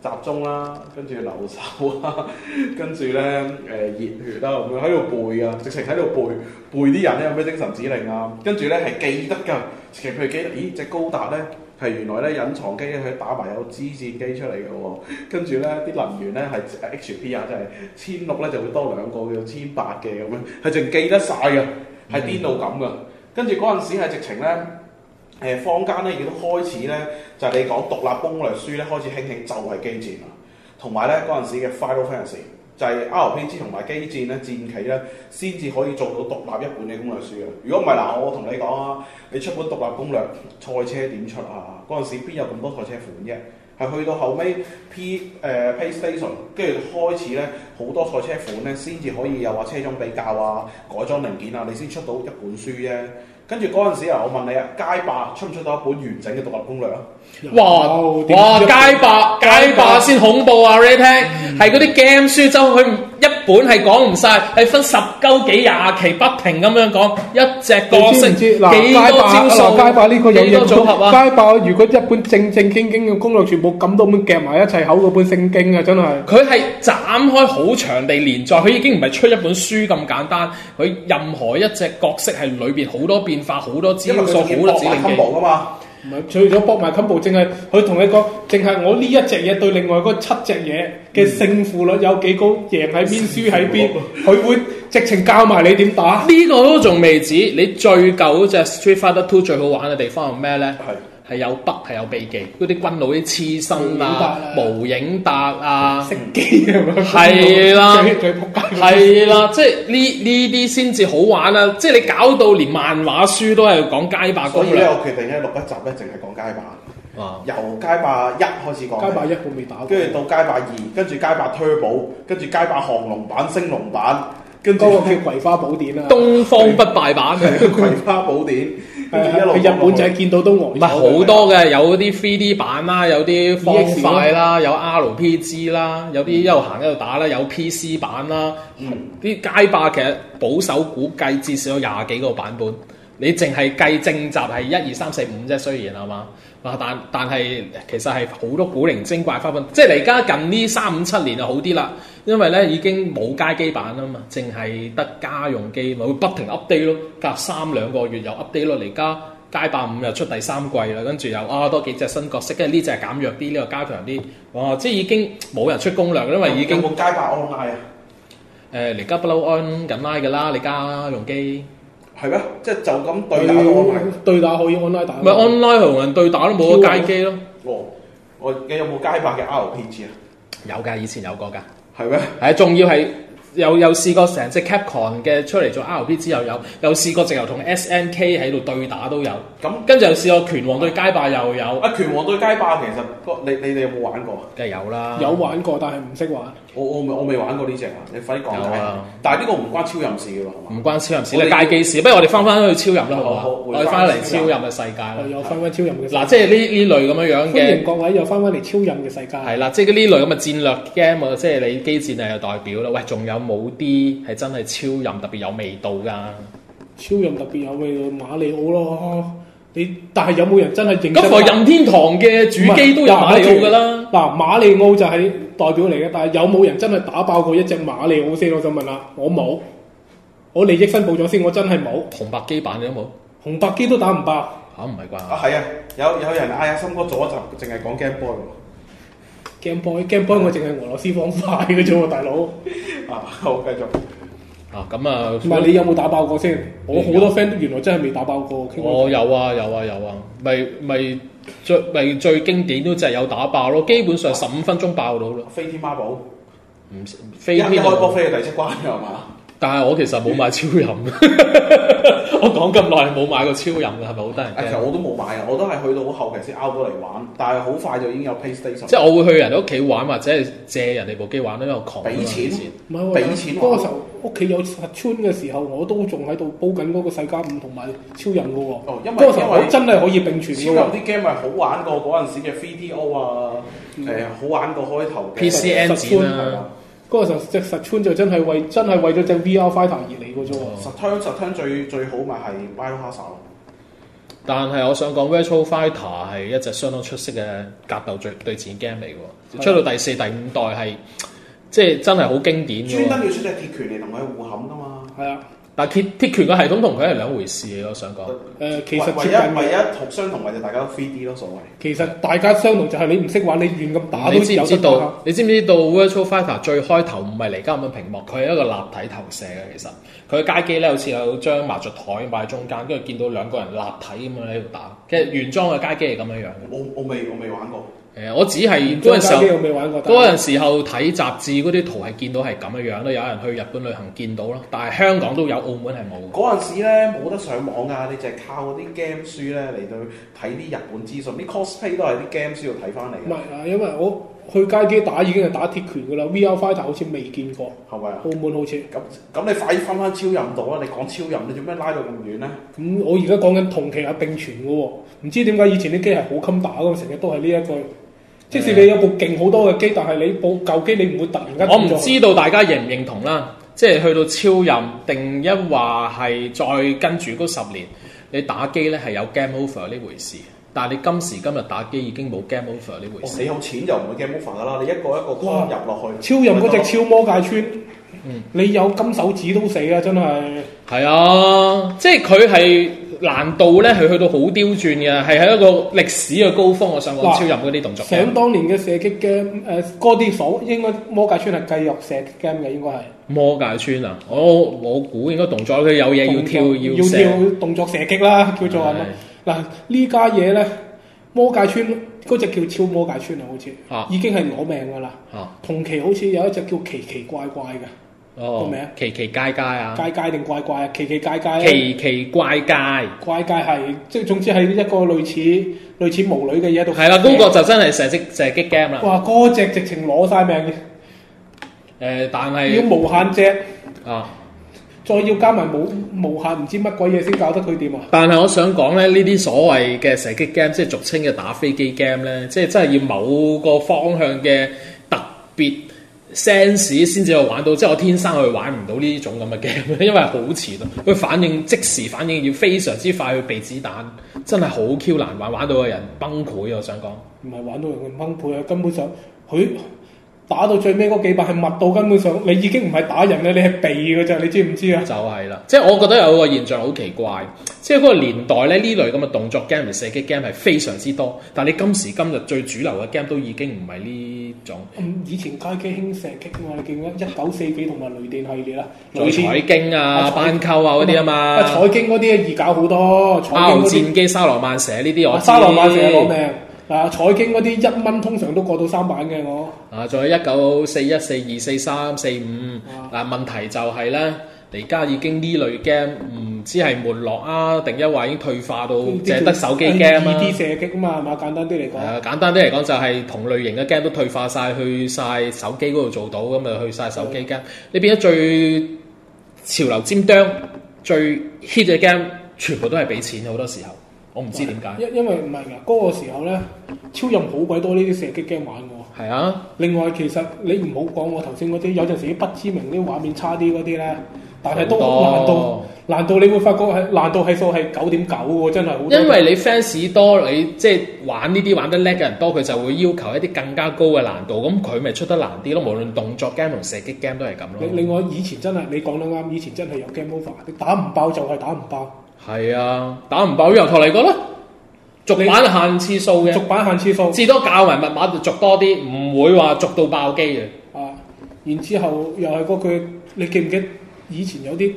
集中啦，跟住留守啊， 跟住咧誒熱血啦，咁樣喺度背啊，直情喺度背背啲人咧有咩精神指令啊，跟住咧係記得㗎，其實佢記得，咦只高達咧。係原來咧隱藏機佢打埋有支戰機出嚟嘅喎，跟住咧啲能源咧係 HP 啊，即係千六咧就會多兩個叫千八嘅咁樣，係淨記得晒嘅，係癲到咁嘅。跟住嗰陣時係直情咧。誒坊間咧亦都開始咧，就係、你講獨立攻略書咧開始興起，就係機戰啦。同埋咧嗰陣時嘅 Final Fantasy 就係 RPG 同埋機戰咧戰棋咧，先至可以做到獨立一本嘅攻略書嘅。如果唔係嗱，我同你講啊，你出本獨立攻略賽車點出啊？嗰陣時邊有咁多賽車款啫？係去到後尾 P 誒、PlayStation，跟住開始咧好多賽車款咧，先至可以有話車種比較啊、改裝零件啊，你先出到一本書啫。跟住嗰陣時啊，我問你啊，街霸出唔出到一本完整嘅獨立攻略啊？
哇
有
哇！
點知
街霸街霸先恐怖啊！我話你聽係嗰啲 game 書周，佢唔一本係講唔晒，係分十鳩幾廿期不停咁樣講一隻角
你知
色
唔
幾
知嗱街
多
霸
招數，
嗱街霸呢個有
幾多
嘢
組合啊！
街霸如果一本正正經經嘅攻略全部咁多本夾埋一齊口嗰本聖經啊，真係
佢係斬開好長地連載，佢已經唔係出一本書咁簡單，佢任何一隻角色係裏邊好多變化、好多招
因為
數、
佢
好多指令
冚
嘅。
布啊嘛。
唔係除咗搏埋襟步，淨係佢同你講，淨係我呢一隻嘢對另外嗰七隻嘢嘅勝負率有幾高，贏喺邊，輸喺邊，佢會直情教埋你點打。
呢個都仲未止，你最舊嗰隻 Street Fighter Two 最好玩嘅地方係咩咧？係有北係有秘技，嗰啲軍佬啲黐身啊、無影達啊，
食機咁樣，
係啦
最最仆街。
係啦，即係呢呢啲先至好玩啦！即係你搞到連漫畫書都係講街霸
所
攻
以咧，
略，
我決定咧錄一集咧，淨係講街霸，
啊
由街霸一開始講，
街霸一我未打過，
跟住到街霸二，跟住街霸 Turbo，跟住街霸降龍版、升龍版，跟住
嗰個叫《葵花寶典》啊。
東方不敗版
《葵花寶典》，跟住一
係
路
啊去日本仔見到都
唔
呆
係
咗。
好多嘅，有啲 3D 版啦，有啲方
EX
塊啦，有 RPG 啦，有啲一路行一路打啦，有 PC 版啦。啲街霸其實保守估計至少有廿幾個版本，你淨係計正集係一二三四五啫，雖然係嘛，嗱但但係其實係好多古靈精怪花款，即係嚟而家近呢三五七年就好啲啦，因為咧已經冇街機版啊啦嘛，淨係得家用機咪會不停 update 咯，隔三兩個月又 update 咯，嚟而家街霸五又出第三季啦，跟住又啊多幾隻新角色，跟住呢只減弱啲，呢、個加強啲，哇！即係已經冇人出攻略啦，因為已經
有冇街霸 online 啊？
誒嚟家不嬲安緊拉嘅啦，你家用機
係咩？即係就咁對打 online
對。對打可以 online 打。
咪 online 同人對打都冇咗街機咯，
哦，我你有冇街霸嘅 RPG 啊？
有㗎，以前有過㗎，
係咩？
係仲要係又又試過成隻 Capcom 嘅出嚟做 RP 之後有，又試過直頭同 SNK 喺度對打都有，
咁
跟住又試過拳王對街霸又有，
啊，拳王對街霸其實個你你哋有冇玩過？
梗係有啦，
有玩過，但係唔識玩。
我我未我未玩過呢只啊，你快啲講
有
睇
啊。
但係呢個唔關超任事嘅喎，係
唔
嘛？
關超人事，
我
你
哋
街機事，不如我哋翻翻去超人啦，好唔
好
好
好
啊？
回
我哋
返
翻嚟
超
超
人
人嘅世界啦。
又翻翻超人嘅世界
嗱，即係呢呢類咁樣樣
歡迎
嘅。
各位又翻翻嚟超人嘅世界。
係啦，即係呢類咁嘅戰略 game，即啊係你機戰係有代表啦。喂，仲有冇啲係真係超任特別有味道㗎？
超人特別有味道，馬里奧咯。你但係有冇人真係認真
咁
玩？
台任天堂嘅主機都有馬里奧㗎啦。
嗱，馬里奧就係代表嚟嘅，但係有冇人真係打爆過一隻馬里奧先？我想問啦，我冇，我利益申報咗先，我真係冇，
紅白機版你都冇
紅白機都打唔爆。
嚇，唔係
啊
啩？
係啊，有有人嗌阿森哥做一集，淨係講 Game Boy 喎。
Game Boy，Game Boy 我淨係俄羅斯方塊嘅啫喎，大佬。唔
啊，好繼續。
啊，咁啊，
係你有冇打爆過先？我好多 friend 原來真係未打爆過。傾過
我有啊，有啊，有啊，咪咪最咪最經典都就係有打爆咯，基本上十五分鐘爆到咯，
飛天孖寶，
唔
一
飛
一
天
開波
就。
飛去第七關嘅係嘛？
但係我啊其實冇買超任， 我講咁耐冇買過超任嘅，係咪好得人
啊，其實
驚？
我都冇買啊，我都係去到好後期先 out 到嚟玩，但係好快就已經有 PlayStation。
即係我會去人哋屋企玩，或者係借人哋部機玩，因為我窮啊嘛。
俾錢
以前
唔係喎，
俾錢
嗰
玩
個時候屋企有實村嘅時候，我都仲喺度煲緊嗰個世界五同埋超人嘅喎。
哦因為
嗰個時候
因為
我真係可以並存
超
嘅
任
喎。
啲 game 係好玩過嗰陣時嘅 3DO 啊，誒、好玩過開頭嘅
PC
實
engine
村
係
啦
啊，
嗰個時候隻實川就真係為真係為咗隻 VR fighter 而嚟嘅啫喎。
實槍實槍最最好咪係 Biohazard 咯，
但係我想講 Virtual Fighter 係一隻相當出色嘅格鬥對對戰 game 嚟嘅
係
喎，出到第四、第五代係即係真係好經典
專
嘅
登
喎。
要出隻鐵拳嚟同佢互冚噶嘛。
係啊，
但鐵鐵拳嘅系統同佢係兩回事嘅，我想
誒、
講。
呃其實
唯
接
唯
近
一唯
嘅，
一同相同嘅就大家都 3D 咯，所謂
其實大家相同就係你唔識玩，你亂咁打都
你知唔
有
知
得
道
打。？
你知唔知道 Virtual Fighter 最開頭唔係嚟家咁嘅屏幕，佢係一個立體投射嘅。其實佢街機咧好似有張麻雀台擺喺中間，跟住見到兩個人立體咁樣喺度打。其實原裝嘅街機係咁樣樣嘅。
我我未我未玩
哦
過，
誒、我只係嗰
嗰
陣時候
陣。我未玩過，但
嗰
係
陣時候睇雜誌嗰啲圖係見到係咁樣樣咯，有人去日本旅行見到咯，但係香港都有，澳門係冇嘅。
嗰陣時咧冇得上網㗎，你淨係靠嗰啲 game 書咧嚟到睇啲日本資訊，啲 cosplay 都係啲 game 書度睇翻嚟
唔係
嘅，
啊，因為我去街機打已經係打鐵拳㗎啦，VR fighter 好似未見過，
係咪啊
澳？門好似。
咁咁你快啲翻翻超任度啦！啊你講超任，你做咩拉到咁遠咧？
咁我而家講緊同期啊係並存嘅喎，唔知點解以前啲機係好襟打㗎，成日都係呢一句。即使你有部勁好多嘅機，但係你部舊機你唔會突然間
我唔
轉咗去
知道大家認唔認同啦，即係去到超任定一話係再跟住嗰十年，你打機咧係有 game over 呢回事，但係你今時今日打機已經冇 game over 呢回
哦
事。
你有錢就唔會 game over 噶啦，你一個一個
哇
框入落去。
超任嗰隻超魔界村，
嗯
你有金手指都死啦，真係。
係啊，即係佢係難度咧係去到好刁鑽嘅，係喺一個歷史嘅高峰。我想講
嗱
超任嗰啲動作 game。
想當年嘅射擊 game，誒嗰啲所應該魔界村係計入射擊 game 嘅，應該係
魔界村啊！我我估應該動作，佢有嘢要跳
動作
要
要
射，
跳動作射擊啦，叫做係咪？嗱呢家嘢咧，魔界村嗰只叫超魔界村啊，好似、
啊
已經係攞命㗎啦。
嚇
同期好似有一隻叫奇奇怪怪嘅，個
哦
名，
奇奇街街啊，
怪怪定怪怪啊，奇奇怪怪。
奇奇怪街，
怪怪係即係總之係一個類似類似無女嘅嘢喺度。
係啦，嗰個就真係射擊射擊 game 啦。
哇！嗰只直情攞晒命
誒，但
嘅，要
係
無限隻。
啊，
再要加埋無無限唔知乜鬼嘢先搞得佢掂啊！
但係我想講咧，呢啲所謂嘅射擊 game，即係俗稱嘅打飛機 game 咧，即係真係要某個方向嘅特別 sense 先至去玩到，即係我天生去玩唔到呢種咁嘅 game，因為 好遲咯，佢反應即時反應要非常之快去避子彈，真係好 Q 難玩，玩到個人崩潰啊！我想講。
唔係玩到人哋崩潰啊！根本上佢打到最尾嗰幾百係密到根本上，你已經唔係打人咧，你係避嘅咋，你知唔知啊？
就係啦，即係我覺得有個現象好奇怪，即係嗰個年代咧呢類咁嘅動作 game 同射擊 game 係非常之多，但係你今時今日最主流嘅 game 都已經唔係呢種
咁嗯以前街機興射擊啊嘛，你記唔記得一九四幾同埋雷電系列啊？
仲有彩經啊、
啊彩
斑鳩啊嗰啲啊
啊
嘛，啊
彩經嗰啲易搞好多，彩
包
經嗰
戰機、沙羅曼蛇呢啲
啲
我
啊
知
沙羅曼蛇攞命，嗱，財經嗰啲一蚊通常都過到三版嘅我。
啊，仲有一九四一、四二、四三、四五。但問題就係咧，而家已經呢類 game 唔知係沒落啊，定一話已經退化到淨係得手機 game
二
啊
D。射擊啊嘛，係嘛？簡單啲嚟
誒、
講，
啊簡單啲嚟講，就係同類型嘅 game 都退化晒，去晒手機嗰度做到，咁啊咪去晒手機 game。你變咗最潮流尖端、最 hit 嘅 game，全部都係俾錢好多時候。我唔知點解。
因因為唔係㗎，嗰、個時候咧，超任好鬼多呢啲射擊 game 玩喎。
係啊，
另外，其實你唔好講我頭先嗰啲，有陣時啲不知名啲畫面差啲嗰啲咧，但係都
好多
難度難度，你會發覺係難度係數係九點九喎，真係好多。
因為你 fans 多，你即係玩呢啲玩得叻嘅人多，佢就會要求一啲更加高嘅難度，咁佢咪出得難啲咯。無論動作 game 同射擊 game 都係咁
你另
咯。
外以前真係你講得啱，以前真係有 game over，你打唔爆就係打唔爆，
係啊，打唔爆由頭嚟過啦，續版限次數嘅。
逐版限次數
至多教埋密碼就續多啲，唔會話續到爆機嘅。
啊。然之後又係嗰句，你記唔記得以前有啲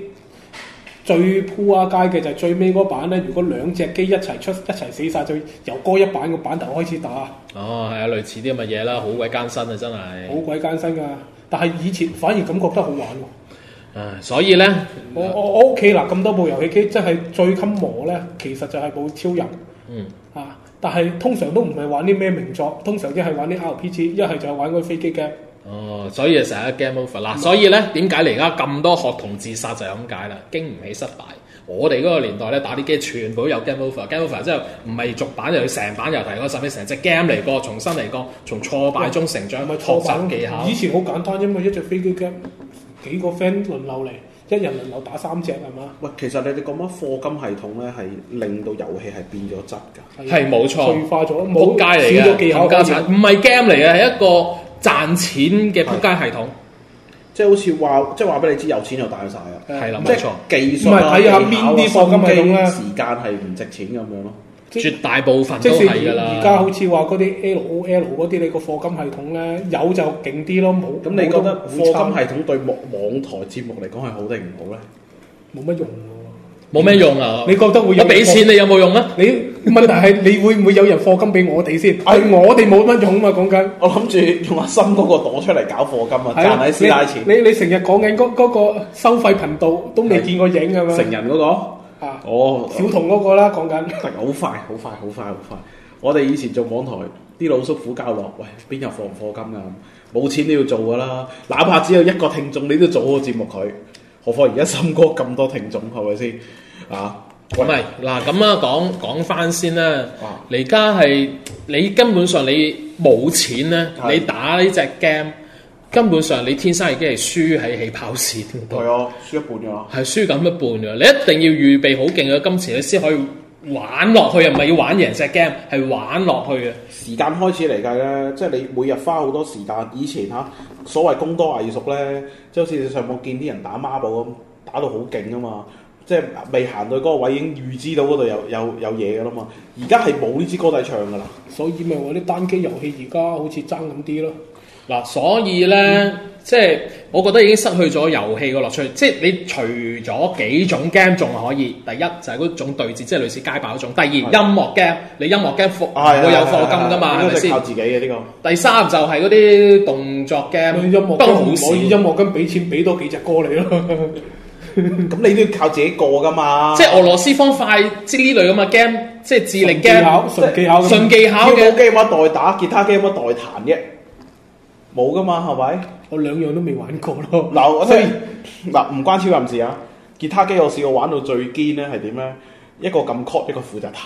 最鋪啊街嘅就係最尾嗰版咧？如果兩隻機一齊出一齊死晒，就由嗰一版個版頭開始打。
哦，係啊，類似啲咁嘅嘢啦，好鬼艱辛啊，真
好
係。
鬼艱辛㗎。但係以前反而咁覺得好玩喎。
唉，所以咧，
我我我屋企嗱咁多部遊戲機，真係最襟磨咧，其實就係部超人
嗯，
啊。但係通常都唔係玩啲咩名作，通常一係玩啲 RPG，一係就係玩嗰啲飛機 game。
哦，所以就成日 game over 嗱，所以咧點解你而家咁多學童自殺就係咁解啦，經唔起失敗。我哋嗰個年代咧，打啲機全部都有 game over，game over 之後唔係續版又要成版又提過，甚至成隻 game 嚟過，重新嚟過，從挫敗中成長，
唔係
學
錯
習
版
技巧
以。前好簡單啫嘛，一隻飛機 game 幾個 friend 輪流嚟，一人輪流打三隻係嘛？
喂，其實你哋講乜課金系統咧，係令到遊戲係變咗質㗎。
係冇錯
退化咗，冇
撲街嚟
少咗
嘅，
技巧
冚
可
家
言
產，唔係 game 嚟嘅，係一個賺錢嘅撲街系統。
即係好似話，即係話俾你知有錢就大晒啊！
係啦，
即
冇
係
錯。
技術
唔
啊、
係睇下
技巧啊
邊啲課金系統咧
心機時間係唔值錢咁樣咯。
即
絕大部分
即
都
使
係㗎啦。
而家好似話嗰啲 LOL 嗰啲，你個課金系統咧有就勁啲咯，冇
咁你覺得課金
冇都好差
系統對網網台節目嚟講係好定唔好 咧？
冇乜用喎？
冇咩用啊！
你覺得會有
我俾錢你有冇用啊？
你問題係你會唔會有人課金俾我哋先？係我哋冇乜用嘛，講緊。
我諗住用阿森嗰個朵出嚟搞課金啊，
係
賺
啊
喺師奶錢。
你你你成日講緊嗰嗰個收費頻道都未見過影㗎嘛？
成人嗰個，
啊，
哦，
小童嗰個啦，講緊
得好快，好快，好快，好快！我哋以前做網台，啲老叔苦教落，喂，邊有課唔課金啊？冇錢都要做噶啦，哪怕只有一個聽眾，你都做好個節目佢。何況而家森哥咁多聽眾，係咪先啊？
唔係嗱，咁啊講講翻先啦
啊。
你而家係你根本上你冇錢咧，
係
你打呢只 game 根本上你天生已經係輸喺起跑線度，
係啊，輸一半㗎啦。
係輸緊一半嘅。你一定要預備好勁嘅金錢，你先可以玩落去，又唔係要玩贏只 game，係玩落去嘅。啊
時間開始嚟計咧，即係你每日花好多時間。以前嚇所謂工多藝熟咧，即係好似你上網見啲人打孖寶咁，打到好勁啊嘛！即係未行到嗰個位已經預知到嗰度有有有嘢㗎啦嘛。而家係冇呢支歌仔唱㗎啦。
所以咪話啲單機遊戲而家好似爭咁啲咯。
嗱，所以咧，即係我覺得已經失去咗遊戲個樂趣。即係你除咗幾種 game 仲可以，第一就係嗰種對戰，即係類似街霸嗰種；第二音樂 game，你音樂 game 課
啊係啊
會有課金噶嘛，係咪
應該就
先
靠？自己嘅呢個。
第三就係嗰啲動作 game，
音樂
不過
跟
好
唔
少
可。以音樂跟俾錢俾多幾隻歌你咯。
咁你都要靠自己過噶嘛。
即係俄羅斯方塊，即係呢類咁嘅 game，即係智力
純技
game，
巧，純技巧咁，
純技巧
跳舞
嘅。
機有乜代打，吉他機有乜代彈啫？冇噶嘛，係咪？
我兩樣都未玩過咯。
嗱，我
雖
雖
然
嗱唔關超任事啊，吉他機我試過玩到最堅咧係點咧？一個撳 chord，一個負責彈，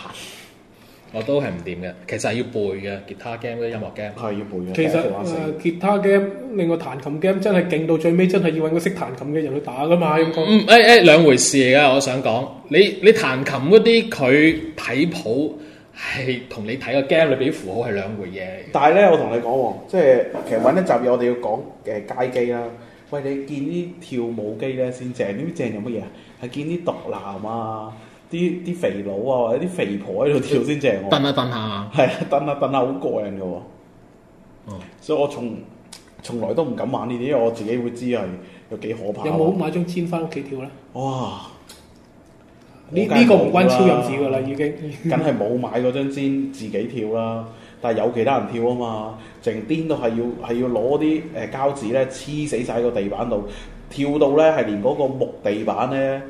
我都係唔掂嘅，其實係要背嘅吉他 game 嗰啲音樂 game。
係要背嘅。
其實呃
第一條玩死
誒吉他 game，另外彈琴 game 真係勁到最尾，真係要揾個識彈琴嘅人去打噶嘛，咁講。
嗯，誒、誒、兩回事嚟噶，我想講，你你彈琴嗰啲佢睇譜係同你睇個 game 裏邊啲符號係兩回嘢嚟嘅。
但係咧，我同你講喎，即係其實揾一集嘢，我哋要講誒街機啦。喂，你見啲跳舞機咧先正，呢啲正有乜嘢啊？係見啲毒男啊，啲啲肥佬啊，或者啲肥婆喺度跳先正
哦
喎。
蹬一蹬下，
係啊，蹬下蹬下好過癮嘅喎。
哦
所以我從從來都唔敢玩呢啲，因為我自己會知係有幾可怕。
有冇買張氈翻屋企跳咧？
哇！
呢
我梗係
呢個唔關
冇
超人事噶啦，已經。
梗係冇買嗰張氈自己跳啦。但係有其他人跳啊嘛，成癲都係要係要攞啲誒膠紙咧黐死晒喺個地板度，跳到咧係連嗰個木地板咧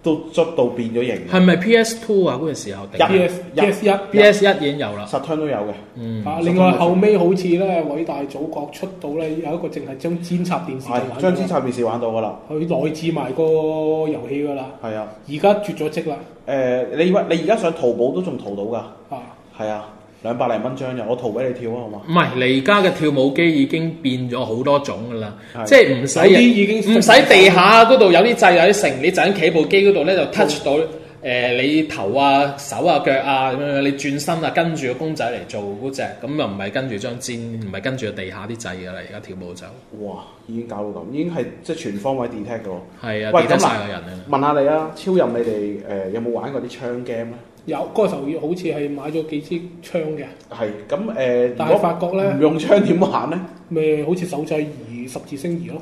都捽到變咗形。
係咪 PS Two 啊？嗰陣時候定
嗯一嗯
PS PS 一
PS 一已經有啦。
實槍都有嘅，
嗯
啊！另外後尾好似咧偉大祖國出到咧有一個淨係將尖插電視就
係
玩
將支
咗，
插電視玩到噶啦，
佢內置埋個遊戲㗎啦。
係啊，
而家絕咗職啦，
誒、你以為你而家上淘寶都仲淘到㗎，
啊！
係啊，兩百零蚊張啫，我淘俾你跳啊，好嘛？
唔係，你而家嘅跳舞機已經變咗好多種㗎啦，
係
即係唔使
有啲已經
唔使地下嗰度有啲掣有啲成，你就喺企步機嗰度咧就 touch
嗯
到誒、呃你頭啊、手啊、腳啊咁樣，你轉身啊，跟住個公仔嚟做嗰只，咁又唔係跟住張氈，唔係跟住個地下啲掣㗎啦，而家跳舞就
哇！已經搞到咁，已經係即係全方位 detect 嘅咯。
係啊，
喂
跌得
咁
晒
嗱
個人啊！
問下你啊，超任你哋誒、呃有冇玩過啲槍 game 啊咧？
有嗰個時候好似係買咗幾支槍嘅，
係咁誒，如
但
果
係發覺咧
唔用槍點玩咧？
咪好似手掣移十字星移咯。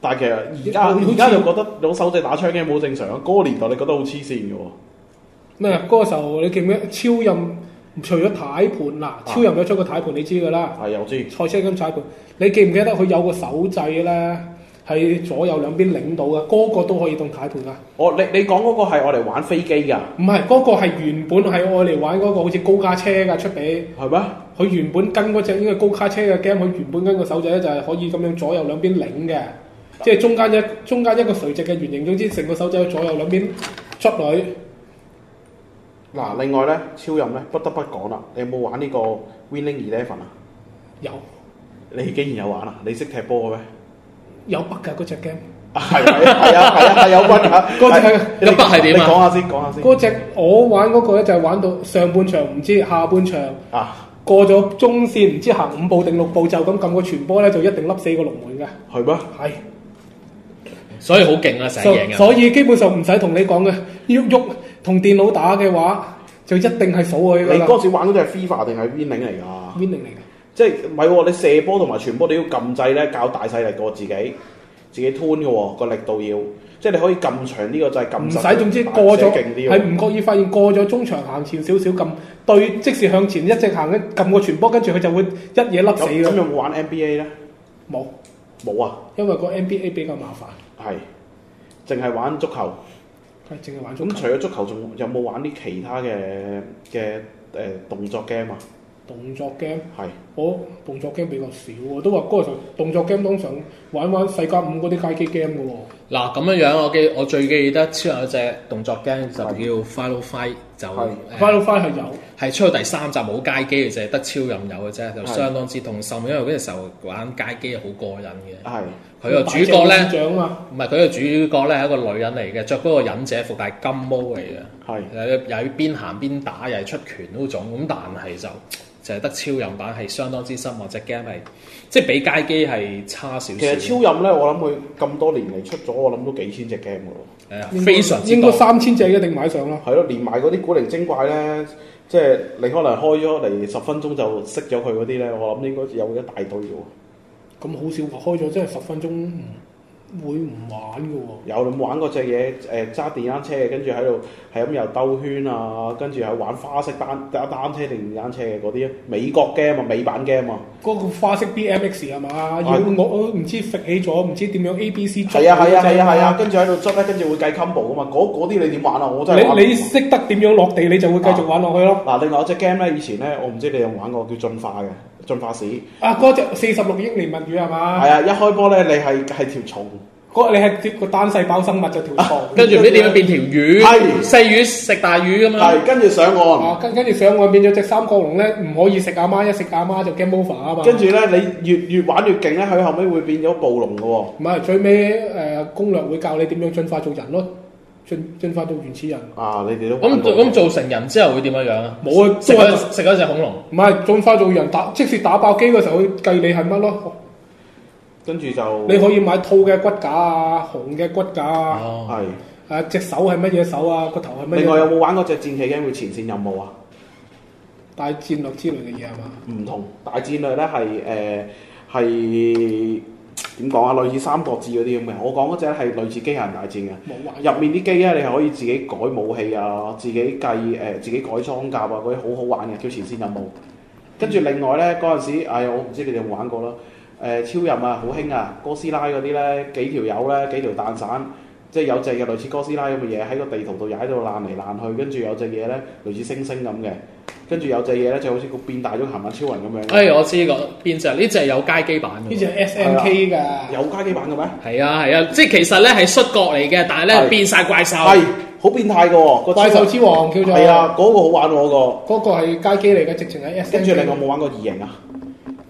但係其實而家
好似
而家就覺得攞手掣打槍 game 好正常啊！嗰、個年代你覺得好黐線嘅喎。
咩？啊嗰個時候你記唔記得超任除咗軚盤嗱，超任有出過軚盤，你知㗎啦。
係我知，
賽車咁踩盤，你記唔記得佢有個手掣咧？係左右兩邊領到嘅，嗰、個都可以當軚盤啊！
我你你講嗰個係我嚟玩飛機㗎，
唔係嗰個係原本係愛嚟玩嗰、個好似高架車㗎出俾
係咩？
佢原本跟嗰只應該高卡車嘅 game，佢原本跟個手掣咧就係可以咁樣左右兩邊擰嘅，即係中間一中間一個垂直嘅圓形，總之成個手掣左右兩邊捽落去。
嗱，另外咧，超任咧不得不講啦，你有冇玩呢個 Winning Eleven 啊？
有
你竟然有玩啊？你識踢波嘅咩？
有北㗎嗰只 game，
係啊係啊係啊係有分啊！
嗰隻
係你
嗰筆係點啊
你講下先，講下先
嗰只我玩嗰個咧就係玩到上半場唔知，下半場
啊，
過咗中線唔知行五步定六步就咁撳個傳波咧，就一定笠死個龍門嘅。
係咩？
係，
所以好勁啊，成日贏
所所
啊！
以基本上唔使同你講嘅，喐喐同電腦打嘅話，就一定係數佢㗎
你
啦。
嗰時玩嗰只係 FIFA 定係 Winning 嚟㗎？
Winning 嚟嘅。
即係唔係喎？你射波同埋傳波你要撳掣咧，較大細力過自己，自己 turn 嘅喎，個力度要，即係你可以撳長呢個掣，撳
唔
實
使，總之過
射
咗
勁
係
啲喎。
唔覺意發現過咗中場行前少少咁對，即使向前一直行一撳個傳波，跟住佢就會一嘢笠死
咁咁
嘅。
有冇玩 NBA 咧？
冇，
冇啊，
因為個 NBA 比較麻煩，
係，淨係玩足球。
佢淨係玩足
咁
球
除咗足球，仲有冇玩啲其他嘅嘅誒動作 game 啊？
動作 game。
係
我哦動作 game 比較少喎，我都話嗰陣時候動作 game 通常玩玩世界五嗰啲街機 game 嘅喎。
嗱咁樣樣，我記我最記得超人有隻動作 game 就叫 Final Fight，就
係
誒
Final Fight 係有，
係出到第三集冇街機嘅啫，得超任有嘅啫，就相當之痛心，因為嗰陣時候玩街機好過癮嘅。
係
佢個啊主角
大隻
咧，
會長嘛，
唔係佢個主角咧係一個女人嚟嘅，着嗰個忍者服，但係金毛嚟嘅，
係
嗯
又又要邊行邊打，又係出拳嗰種，咁但係就就係得超任版係相當之失望，只 game 係即係比街機係差少少，
其實超任咧，我諗佢咁多年嚟出咗，我諗都幾千隻 game 嘅咯。
誒非常之
應該
多。
三千隻一定買上啦。
係咯，連埋嗰啲古靈精怪咧，即係你可能開咗嚟十分鐘就熄咗佢嗰啲咧，我諗應該有一大堆嘅喎。
咁好少話開咗真係十分鐘唔會唔玩嘅喎。
有你有冇玩過隻嘢？誒、揸電單車嘅，跟住喺度係咁又兜圈啊，跟住係玩花式單單單車定電單車嘅嗰啲美國 game 啊，美版 game 啊，
嗰個花式 BMX 係嘛？要我我唔知揈起咗，唔知點樣 A B C 捉
係啊係
嗰
啊
隻
係啊係啊，跟住喺度捽咧，跟住會計 combo 啊嘛，嗰嗰啲你點玩啊？我真係玩唔
你你
到
識得點樣落地，你就會繼續玩落去咯。
嗱，另外有隻 game 咧，以前咧，我唔知你有冇玩過，叫進化嘅進化史。
啊，嗰只四十六億年物語係嘛
係？啊，一開波咧，你係係條蟲，
嗰你係接個單細胞生物 就條蟲，
跟住唔知點樣變條魚，
係
細魚食大魚咁樣。
係跟住上岸，
啊，跟跟住上岸變咗隻三角龍咧，唔可以食阿媽，一食阿媽就 game over 啊嘛。
跟住咧你越越玩越勁咧，佢後尾會變咗暴龍嘅喎。
唔係最尾誒、呃攻略會教你點樣進化做人咯，進進化做原始人。
啊，你哋都
咁
玩過
咁做成人之後會點樣樣啊？
冇啊
食
都係
咗食咗只恐龍。
唔係進化做人打，即使打爆機嘅時候，佢計你係乜咯？
跟住就
你可以買兔嘅骨架啊，熊嘅骨架啊。
哦，
係。
啊！隻手係乜嘢手啊？個頭係乜
另外有
嘢？
冇玩過隻戰棋 game 叫前線任務啊？
大戰略之類嘅嘢係嘛？
唔同大戰略咧係誒呃係點講啊？類似三國志嗰啲咁嘅。我講嗰只係類似機械人大戰嘅。
冇玩
入面啲機咧，你係可以自己改呃武器啊，自己計誒、自己改裝甲啊，嗰啲好好玩嘅，叫前線任務。跟住另外咧嗰陣時，哎呀，我唔知你哋有冇玩過啦。誒、超人啊，好興啊，哥斯拉嗰啲咧，幾條友咧，幾條蛋散，即係有隻嘅類似哥斯拉咁嘅嘢喺個地圖度踩到爛嚟爛去，跟住有隻嘢咧類似星星咁嘅，跟住有隻嘢咧就好似個變大咗行版超人咁樣嘅。
哎，我知個邊只呢只有街機版
呢
嘅
只
喎。
S N K 㗎，
有街機版嘅咩？
係啊係啊，即係其實咧係摔角嚟嘅，但係咧
係
變晒怪
係
獸。
好變態嘅喎，個
怪
超
獸
人
之王叫做，
係啊，嗰、個好玩喎、嗰
嗰個係街機嚟嘅，直情係
個。
S
跟
N
住
K
你有。冇玩過異形啊？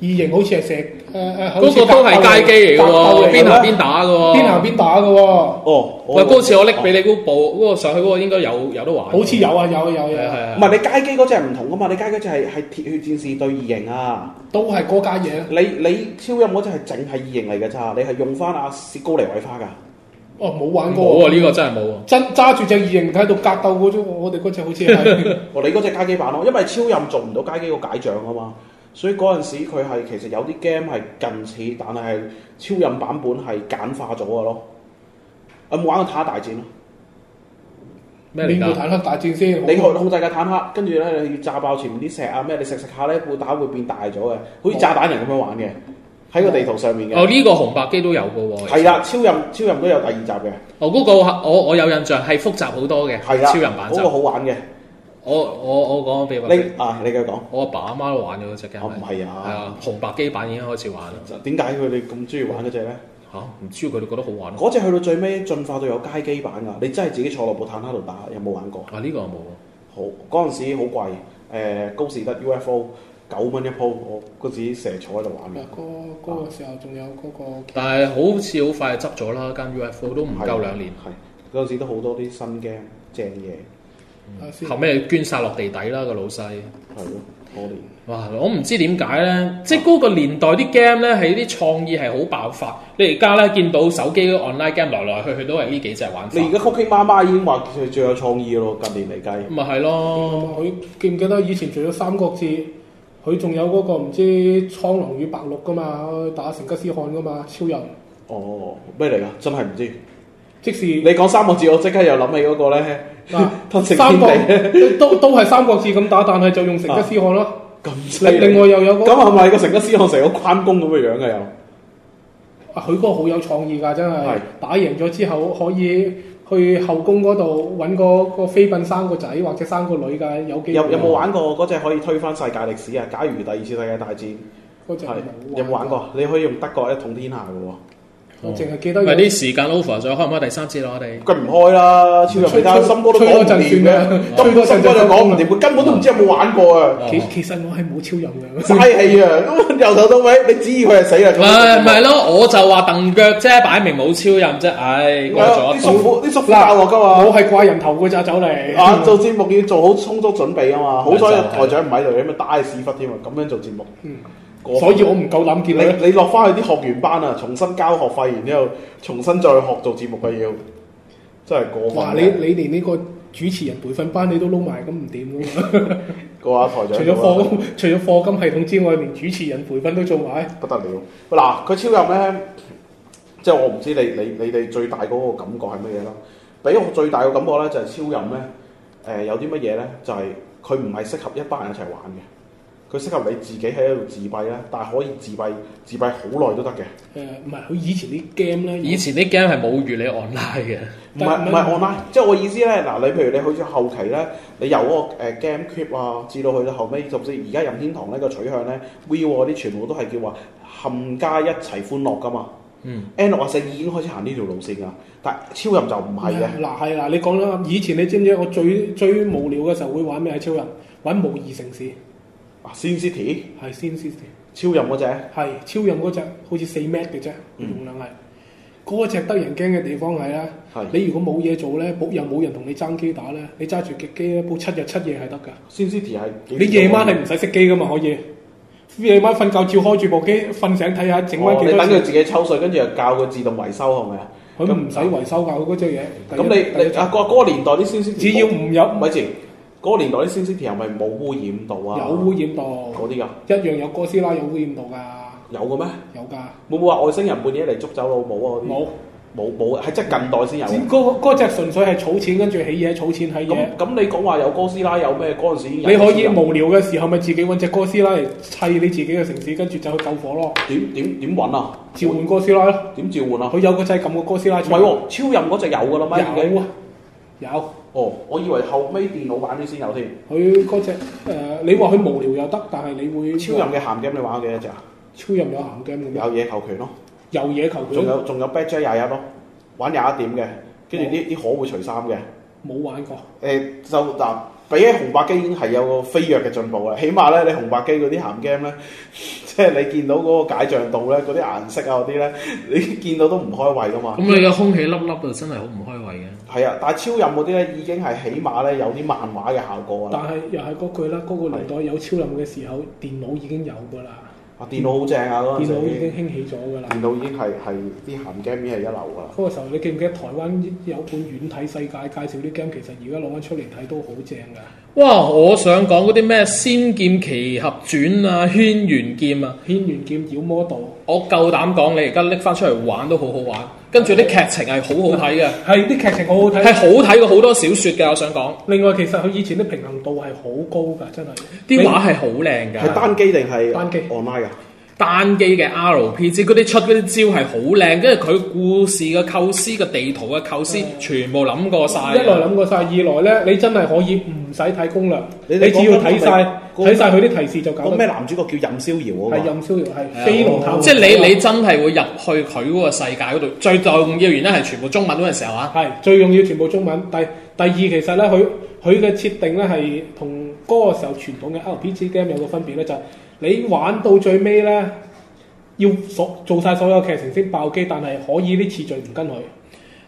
異形好似係石誒誒，好
嗰
似
個都係街機嚟嘅喎，邊
邊
行邊打嘅喎。
啊邊行邊打嘅喎。
哦，我
喂，嗰次我拎俾你嗰部嗰個上去嗰個應該有有得玩。
好似有啊，有啊有啊有
係啊
啊，
係
唔
啊。
係你街機嗰只唔同噶嘛，你街機嗰只係係鐵血戰士對異形啊，
都係嗰家嘢。
你你超音嗰只係淨係異形嚟嘅咋，你係用翻阿薛高尼韋花㗎，
哦，冇玩
冇
過
啊！呢個真係冇啊！
真揸住隻異形喺度格鬥嗰種，我哋嗰隻好似係
哦你嗰只街機版咯，因為超音做唔到街機個解像啊嘛，所以嗰陣時佢係其實有啲 game 係近似，但係超音版本係簡化咗嘅咯。有冇玩過坦克大戰啊？
咩
面
嚟
部
㗎？
坦克大戰先。
你去控制架坦克，跟住咧你要炸爆前面啲石啊咩，你食食下咧會打會變大咗嘅，好似炸彈人咁樣玩嘅，喺個地圖上面嘅。
哦，呢個紅白機都有嘅喎。
係啦，超任超任都有第二集嘅，
我嗰個我我有印象係複雜好多嘅，
啊
係啦，
超人版
嗰
就
個好玩嘅。
我我我講俾你，
你啊，你繼續講。
我阿爸阿媽都玩咗嗰只嘅，
哦唔係啊
係啊，紅白機版已經開始玩啦
點解佢哋咁中意玩嗰只咧？
嚇，唔知佢哋覺得好玩啊咯。
嗰只去到最尾進化到有街機版㗎，你真係自己坐落部坦克度打，有冇玩過？
啊呢個我冇
好，嗰陣時好貴，誒、高士德 UFO 九蚊一鋪，我嗰時成日坐喺度玩嘅
嗱，。嗰嗰個時候仲有嗰個
喎，但係好似好快就執咗啦，間 UFO 都唔
啊
夠兩年，
係嗰陣時都好多啲新 game 正嘢，
睇下啊先
嗯後尾捐晒落地底啦個老細。
係咯，可憐。
哇！我唔知點解咧，即係嗰個年代啲 game 咧係啲創意係好爆發。你而家咧見到手機嗰個 online game 來來去去都係呢幾隻玩法
你，而家 Cooking 媽媽已經話佢最有創意咯，近年嚟計。
咪係咯。
佢記唔記得以前除咗三國志，佢仲有嗰個唔知蒼狼與白鹿噶嘛，打成吉思汗噶嘛，超人。
哦，咩嚟㗎？真係唔知。
即是
你講三個字，我即刻又諗起嗰個咧，
嗱，
吞食
三
天
國
地
都都係三國志咁打，但係就用成吉思汗咯。
咁犀
另
利。
另外又有嗰
咁
個
係咪個成吉思汗成個關公咁嘅樣嘅又？
啊，佢嗰個好有創意㗎，真係
係
打贏咗之後可以去後宮嗰度揾個個妃嬪生個仔或者生個女㗎，有機
有
會
有冇玩過嗰只可以推翻世界歷史啊？假如第二次世界大戰
嗰隻
係
冇
有冇玩？過？你可以用德國一統天下嘅喎。
我淨係記得
咪
有
啲時間 over 咗，開唔開第三節啦？我哋
佢唔開啦，超人
吹
其他
吹
森哥都
吹
講
嗰
唔
陣
掂
算啦
嘅，
吹嗰陣
森森哥
就
就講
講啦
唔掂，佢根本都唔知有冇玩過啊！
其其實我係冇超人
嘥
㗎。
氣啊！由頭到尾，你指意佢係死啦。咁
咪咪咯，我就話蹬腳啫，擺明冇超任啫，唉，過咗
啲
一
叔
步。
父啲叔父教我噶嘛。
我係掛人頭嗰咋走嚟。
啊！做節目要做好充足準備啊嘛，好彩
就係
台長唔喺度，咁啊打你屎忽添啊！咁樣做節目，
嗯
過分
所以我唔夠膽見你。
你你落翻去啲學員班啊，重新交學費，然之後重新再學做節目嘅要，真係過分
哇！
啊。
你你連呢個主持人培訓班你都撈埋，咁唔掂 㗎嘛？
個啊台長，
除咗課金除咗課金系統之外，連主持人培訓都做埋。
不得了。嗱，佢超任咧，即係我唔知你你你哋最大嗰個感覺係乜嘢啦。俾我最大嘅感覺咧，就係超任咧，誒、有啲乜嘢咧，就係佢唔係適合一班人一齊玩嘅，佢適合你自己喺度自閉啦，但係可以自閉自閉好耐都得嘅。
誒唔係佢以前啲 game 咧，
以前啲 game 係冇預你 online 嘅，
唔係唔係 online，即係我意思咧，嗱，你譬如你去咗後期咧，你由嗰個誒 GameCube 啊，至到去到後尾，甚至而家任天堂呢個取向咧，Vivo 嗰啲全部都係叫話冚家一齊歡樂噶嘛。
嗯
，N 六啊四已經開始行呢條路線噶，但係超任就唔係啊嘅。
嗱係啦，你講啦，以前你知唔知我最最無聊嘅時候會玩咩係超人？玩模擬城市
啊，Sin City
係先先
超任嗰只，
係超人嗰只，好似四 m 嘅啫，
嗯
容量係。嗰只得人驚嘅地方係咧
係，
你如果冇嘢做咧，冇又冇人同你爭機打咧，你揸住極機咧，煲七日七夜係得㗎。
Sin City 係幾啊
你夜晚係唔使熄機㗎嘛，可以。夜晚瞓覺照開住部機，瞓醒睇下整翻
哦
幾
你
多
等佢
錢。
自己抽水，跟住又教佢自動維修係咪啊？
佢唔使維修㗎，佢嗰只嘢。
咁
第一
你
第一
你啊嗰嗰個年代啲 Sin City
只要唔有
咪住嗰個年代啲 Sin City 係咪冇污染到啊？
有污染度。
嗰啲㗎，
一樣有哥斯拉有污染度㗎，
有嘅咩？
有㗎，
會唔會話外星人半夜嚟捉走老母啊？嗰啲
冇
冇冇，係即係近代先有嘅。
嗰嗰只純粹係儲錢，跟住起嘢，儲錢起嘢
咁。咁你講話有哥斯拉有咩嗰陣時已經
啊你
有
可以
有
無聊嘅時候，咪自己揾只哥斯拉嚟砌你自己嘅城市，跟住就去救火咯，
點點點揾啊？
召喚哥斯拉咯。
點召喚啊？
佢有個掣撳個哥斯拉
唔
出嚟。
係喎，超任嗰只有㗎啦嘛，已
啊有
經
啊。，有。
哦，我以為後尾電腦版啲先有添。
佢嗰只誒，呃你話佢無聊又得，但係你會
超任嘅鹹 game 你玩咗幾多隻啊？
超人有行 game 咁
有
樣，
嘢球權咯，
有野球
仲
館
有仲有 Bad Jack 廿一咯，玩廿一點嘅，跟住
哦
啲啲可會除衫嘅。
冇玩過。
誒、就嗱，比起紅白機已經係有個飛躍嘅進步啦。啊起碼咧，你紅白機嗰啲鹹 game 咧， 即係你見到嗰個解像度咧，嗰啲顏色啊嗰啲咧， 你見到都唔開胃噶嘛
咁。你嘅空氣粒粒就真係好唔開胃嘅。
係啊，但係超任嗰啲咧已經係起碼咧有啲漫畫嘅效果㗎
但
啦。
係又係嗰句啦，嗰、個年代有超人嘅時候，電腦已經有㗎啦，
啊，電腦好正啊嗰陣
電
時，
腦已經興起咗㗎啦。
電腦已經係係啲鹹 game 已經係一流㗎啦。
嗰個時候你記唔記得台灣有本軟體世界介紹啲 game，其實而家攞翻出嚟睇都好正㗎。
哇！我想講嗰啲咩《仙劍奇俠傳》啊，《軒轅劍》啊，
軒轅劍妖魔道
我夠膽講你而家拎翻出嚟玩都好好玩，跟住啲劇情係好好睇嘅，
係啲劇情好好
係
睇。
好睇過好多小説嘅。我想講
另外其實佢以前啲平衡度係好高㗎，真係你
啲畫係好啊靚㗎，
係單機定係
啊單機
online 啊㗎？
單機嘅 RPG，嗰啲出嗰啲招係好靚，跟住佢故事嘅構思、個地圖嘅構思，全部嗯諗過晒。
一來諗過晒，二來咧你真係可以唔使睇攻略，
你
你
哋
只要睇晒
講緊咪
睇晒佢啲提示就搞
個
得
咩男主角叫任逍遙嗰個
係啊
嘛？
任逍遙係飛龍探
啊即係你你真係會入去佢嗰個世界嗰度。最重要原因係全部中文嗰陣時候啊，
係最重要全部中文。第第二其實咧，佢佢嘅設定咧係同嗰個時候傳統嘅 RPG game 有個分別咧，就係、你玩到最尾咧，要所做晒所有劇情先爆機，但係可以啲次序唔跟佢，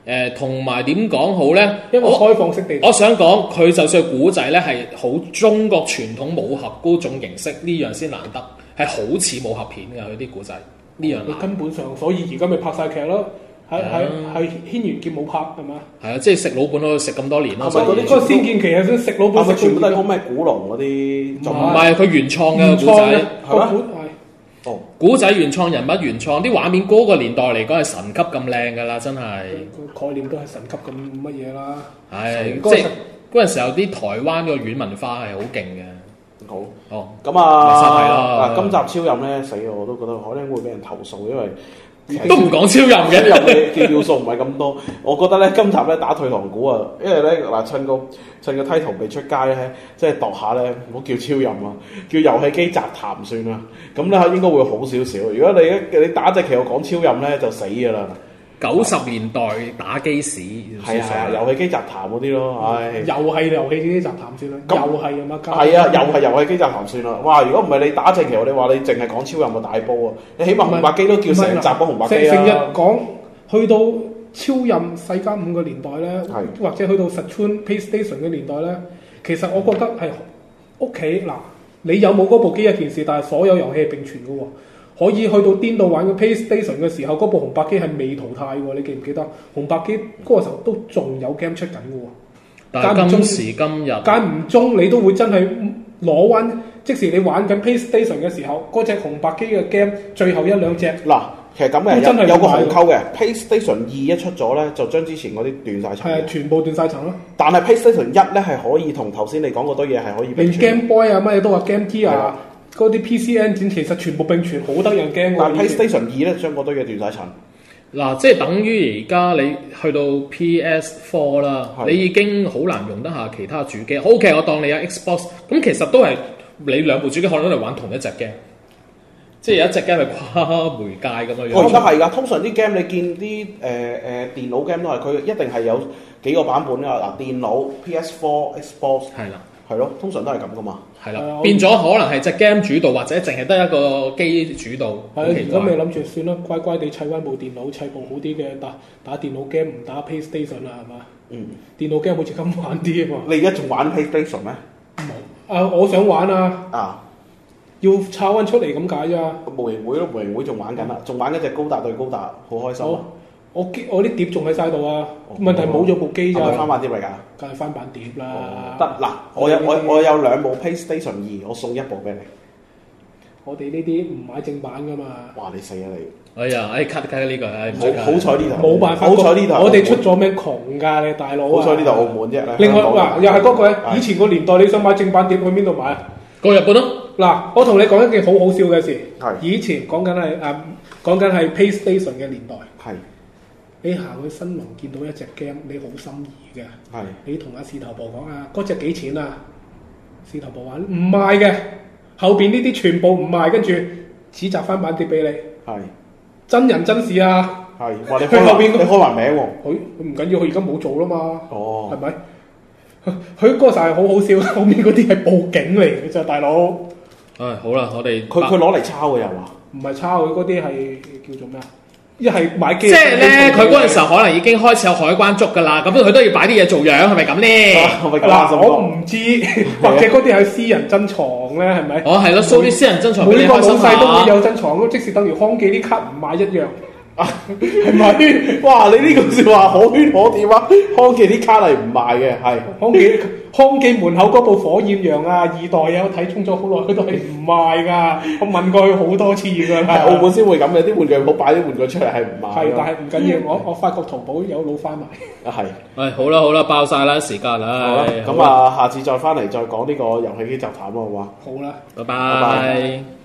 誒同埋點講好呢？
因為
哦
我
開放式地圖
我想講佢就算古仔咧係好中國傳統武俠嗰種形式，呢樣先難得，係好似武俠片㗎佢啲古仔呢樣
佢
難。
根本上，所以而家咪拍晒劇咯。喺喺
啊
喺軒轅劍冇拍係嘛？
係啊，即係食老本可以食咁多年咯。
係咪
所以
嗰啲
嗰個仙劍奇俠先食老本
係咪
食
全部都係
到
講咩古龍嗰啲作
唔
品？
係佢原創
原
嘅古
創啊嘅
仔。
係嘛
個本係。
哦，
古仔原創，人物原創，啲畫面嗰個年代嚟講係神級咁靚㗎啦，真係。
個概念都係神級咁乜嘢啦。
係
嗰個
即係
神
嗰陣時候啲台灣個軟文化係好勁嘅。
好。
哦，
咁啊，
咪
嗱，
失禮
今集
啦
超任咧死我，我都覺得可能會俾人投訴，因 為
都唔講超
超
任嘅。
任嘅嘅要素唔係咁多。我覺得咧，今集咧打退堂鼓啊，因為咧嗱，趁個趁個 title 未出街咧，即係度下咧，唔好叫超任啊，叫遊戲機雜談算啦。咁咧應該會好少少。如果你一你打隻棋我講超任咧，就死㗎啦。
九十年代打機史，
係啊係啊，遊戲機雜談嗰啲咯，唉。
又係遊戲呢啲雜談先啦，
咁
又係啊嘛，加
係啊，又係遊戲機集談算啦。哇！如果唔係你打正旗，我哋話你淨係講超人個大煲啊，你起碼紅白機都叫成集講紅白機
成成日
啊。
講去到超任世間五個年代咧
係，
或者去到 Saturn PlayStation 嘅年代咧，其實我覺得係屋企嗱，你有冇嗰部機一件事，但係所有遊戲係並存嘅喎。可以去到顛到玩個 PlayStation 嘅時候，嗰部紅白機係未淘汰喎，你記唔記得？紅白機嗰個時候都仲有 game 出緊嘅喎。
但係
間唔中
今時今日。
啊間唔中你都會真係攞彎，即使你玩緊 PlayStation 嘅時候，嗰只紅白機嘅 game 最後一兩隻
嗱，其實咁嘅
真係
有有個
咁睇
鴻溝嘅，PlayStation 二一出咗咧，就將之前嗰啲斷晒層
係啊
嘅。
全部斷晒層咯，
但係 PlayStation 一咧係可以同頭先你講嗰堆嘢係可以並
連
存。
Game Boy 啊乜嘢都話 Game Gear
係啊
啊，嗰啲 PC engine 其實全部並存，好得人驚
但
㗎。
係
以前
PlayStation 二咧將嗰堆嘢斷晒
啊
層。
嗱，即係等於而家你去到 PS Four 啦，
係
你已經好難用得下其他主機。OK，我當你有 Xbox，咁其實都係你兩部主機可能都係玩同一隻 game，即係有一隻 game 係跨媒介咁樣
哦我而家
樣。
係㗎，通常啲 game 你見啲誒誒電腦 game 都係佢一定係有幾個版本㗎。嗱，電腦、PS4、Xbox
係啦，
係咯，通常都係咁㗎嘛。
係
係
啦
啊，
變咗可能係隻 game 主導，或者淨係得一個機主導。
係啊，
好奇
而家
怪
咪諗住算啦，乖乖地砌翻部電腦，砌部好啲嘅打打電腦 game，唔打 PlayStation 啊啦，係嘛？
嗯，
電腦 game 好似咁玩啲啊嘛。
你而家仲玩 PlayStation 咩？
冇啊，我想玩啊，
啊，
要抄翻出嚟咁解咋。
模型會咯，模型會仲玩緊啦，仲玩緊只高達對高達，好開心啊！
我我機我啲碟仲喺晒度啊
哦，
問題冇咗部機
係
咋，
哦
啊
咪翻版碟嚟㗎？
梗係翻版碟啦。
哦得嗱，我有我我有兩部 PlayStation 二，我送一部俾你。
我哋呢啲唔買正版噶嘛，
哇！你死啊你！
哎呀，哎 cut cut 呢句，哎唔使
好
cut
好彩呢頭，
冇辦法。
好彩呢頭，
我哋出咗名窮㗎，你大佬啊
好彩呢頭澳門啫。
另外嗱，又係嗰句
係
啊，以前個年代你想買正版碟去邊度買啊？
過日本咯，
嗱，我同你講一件好好笑嘅事
係。
以前講緊係誒，講緊係 PlayStation 嘅年代，
係
你行去新龍見到一隻 game，你好心儀嘅，
係
你同阿士頭部講啊，嗰只幾錢啊？士頭部話唔賣嘅，後邊呢啲全部唔賣，跟住指摘翻版碟俾你，
係
真人真事啊！
係，哇！你
佢
開
後
埋
邊
你
個
開埋名喎。
佢佢唔緊要，佢而家冇做啦嘛，係
哦，
咪？ 佢佢嗰個就係好好笑， 後面嗰啲係報警嚟嘅啫，大佬。
唉好啦，我哋
佢佢攞嚟抄嘅又話，
唔係抄佢嗰啲係叫做咩啊？一係買機，
即係
啊
咧，佢嗰陣時候可能已經開始有海關捉㗎啦，咁佢都要擺啲嘢做樣，係咪咁咧？
啊我咪咁啊
嗱，
心
我
哥。
唔知，或者嗰啲係私人珍藏咧，係咪？
哦，係咯，show 啲私人珍藏俾
每
你
個
開
老
心
細都會
下。
有珍藏，即使等於康記啲卡唔買一樣，係咪？
哇！你呢句説話可圈可點啊！康記啲卡係唔賣嘅，係
康記康記門口嗰部火焰羊啊，二代啊，我睇中咗好耐，佢都係唔賣㗎。我問過佢好多次㗎啦。
係澳門先會咁嘅，啲玩具鋪擺啲玩具出嚟係唔賣
係，
㗎。
但係唔緊要，我我發覺淘寶有老翻埋。
啊係。
唉，好啦好啦，爆晒啦，時間
好
啦
啦，，啊
唉
咁，啊，下次再翻嚟再講呢個遊戲機集談啊，好嘛？
好啦。
好啦拜
拜
拜。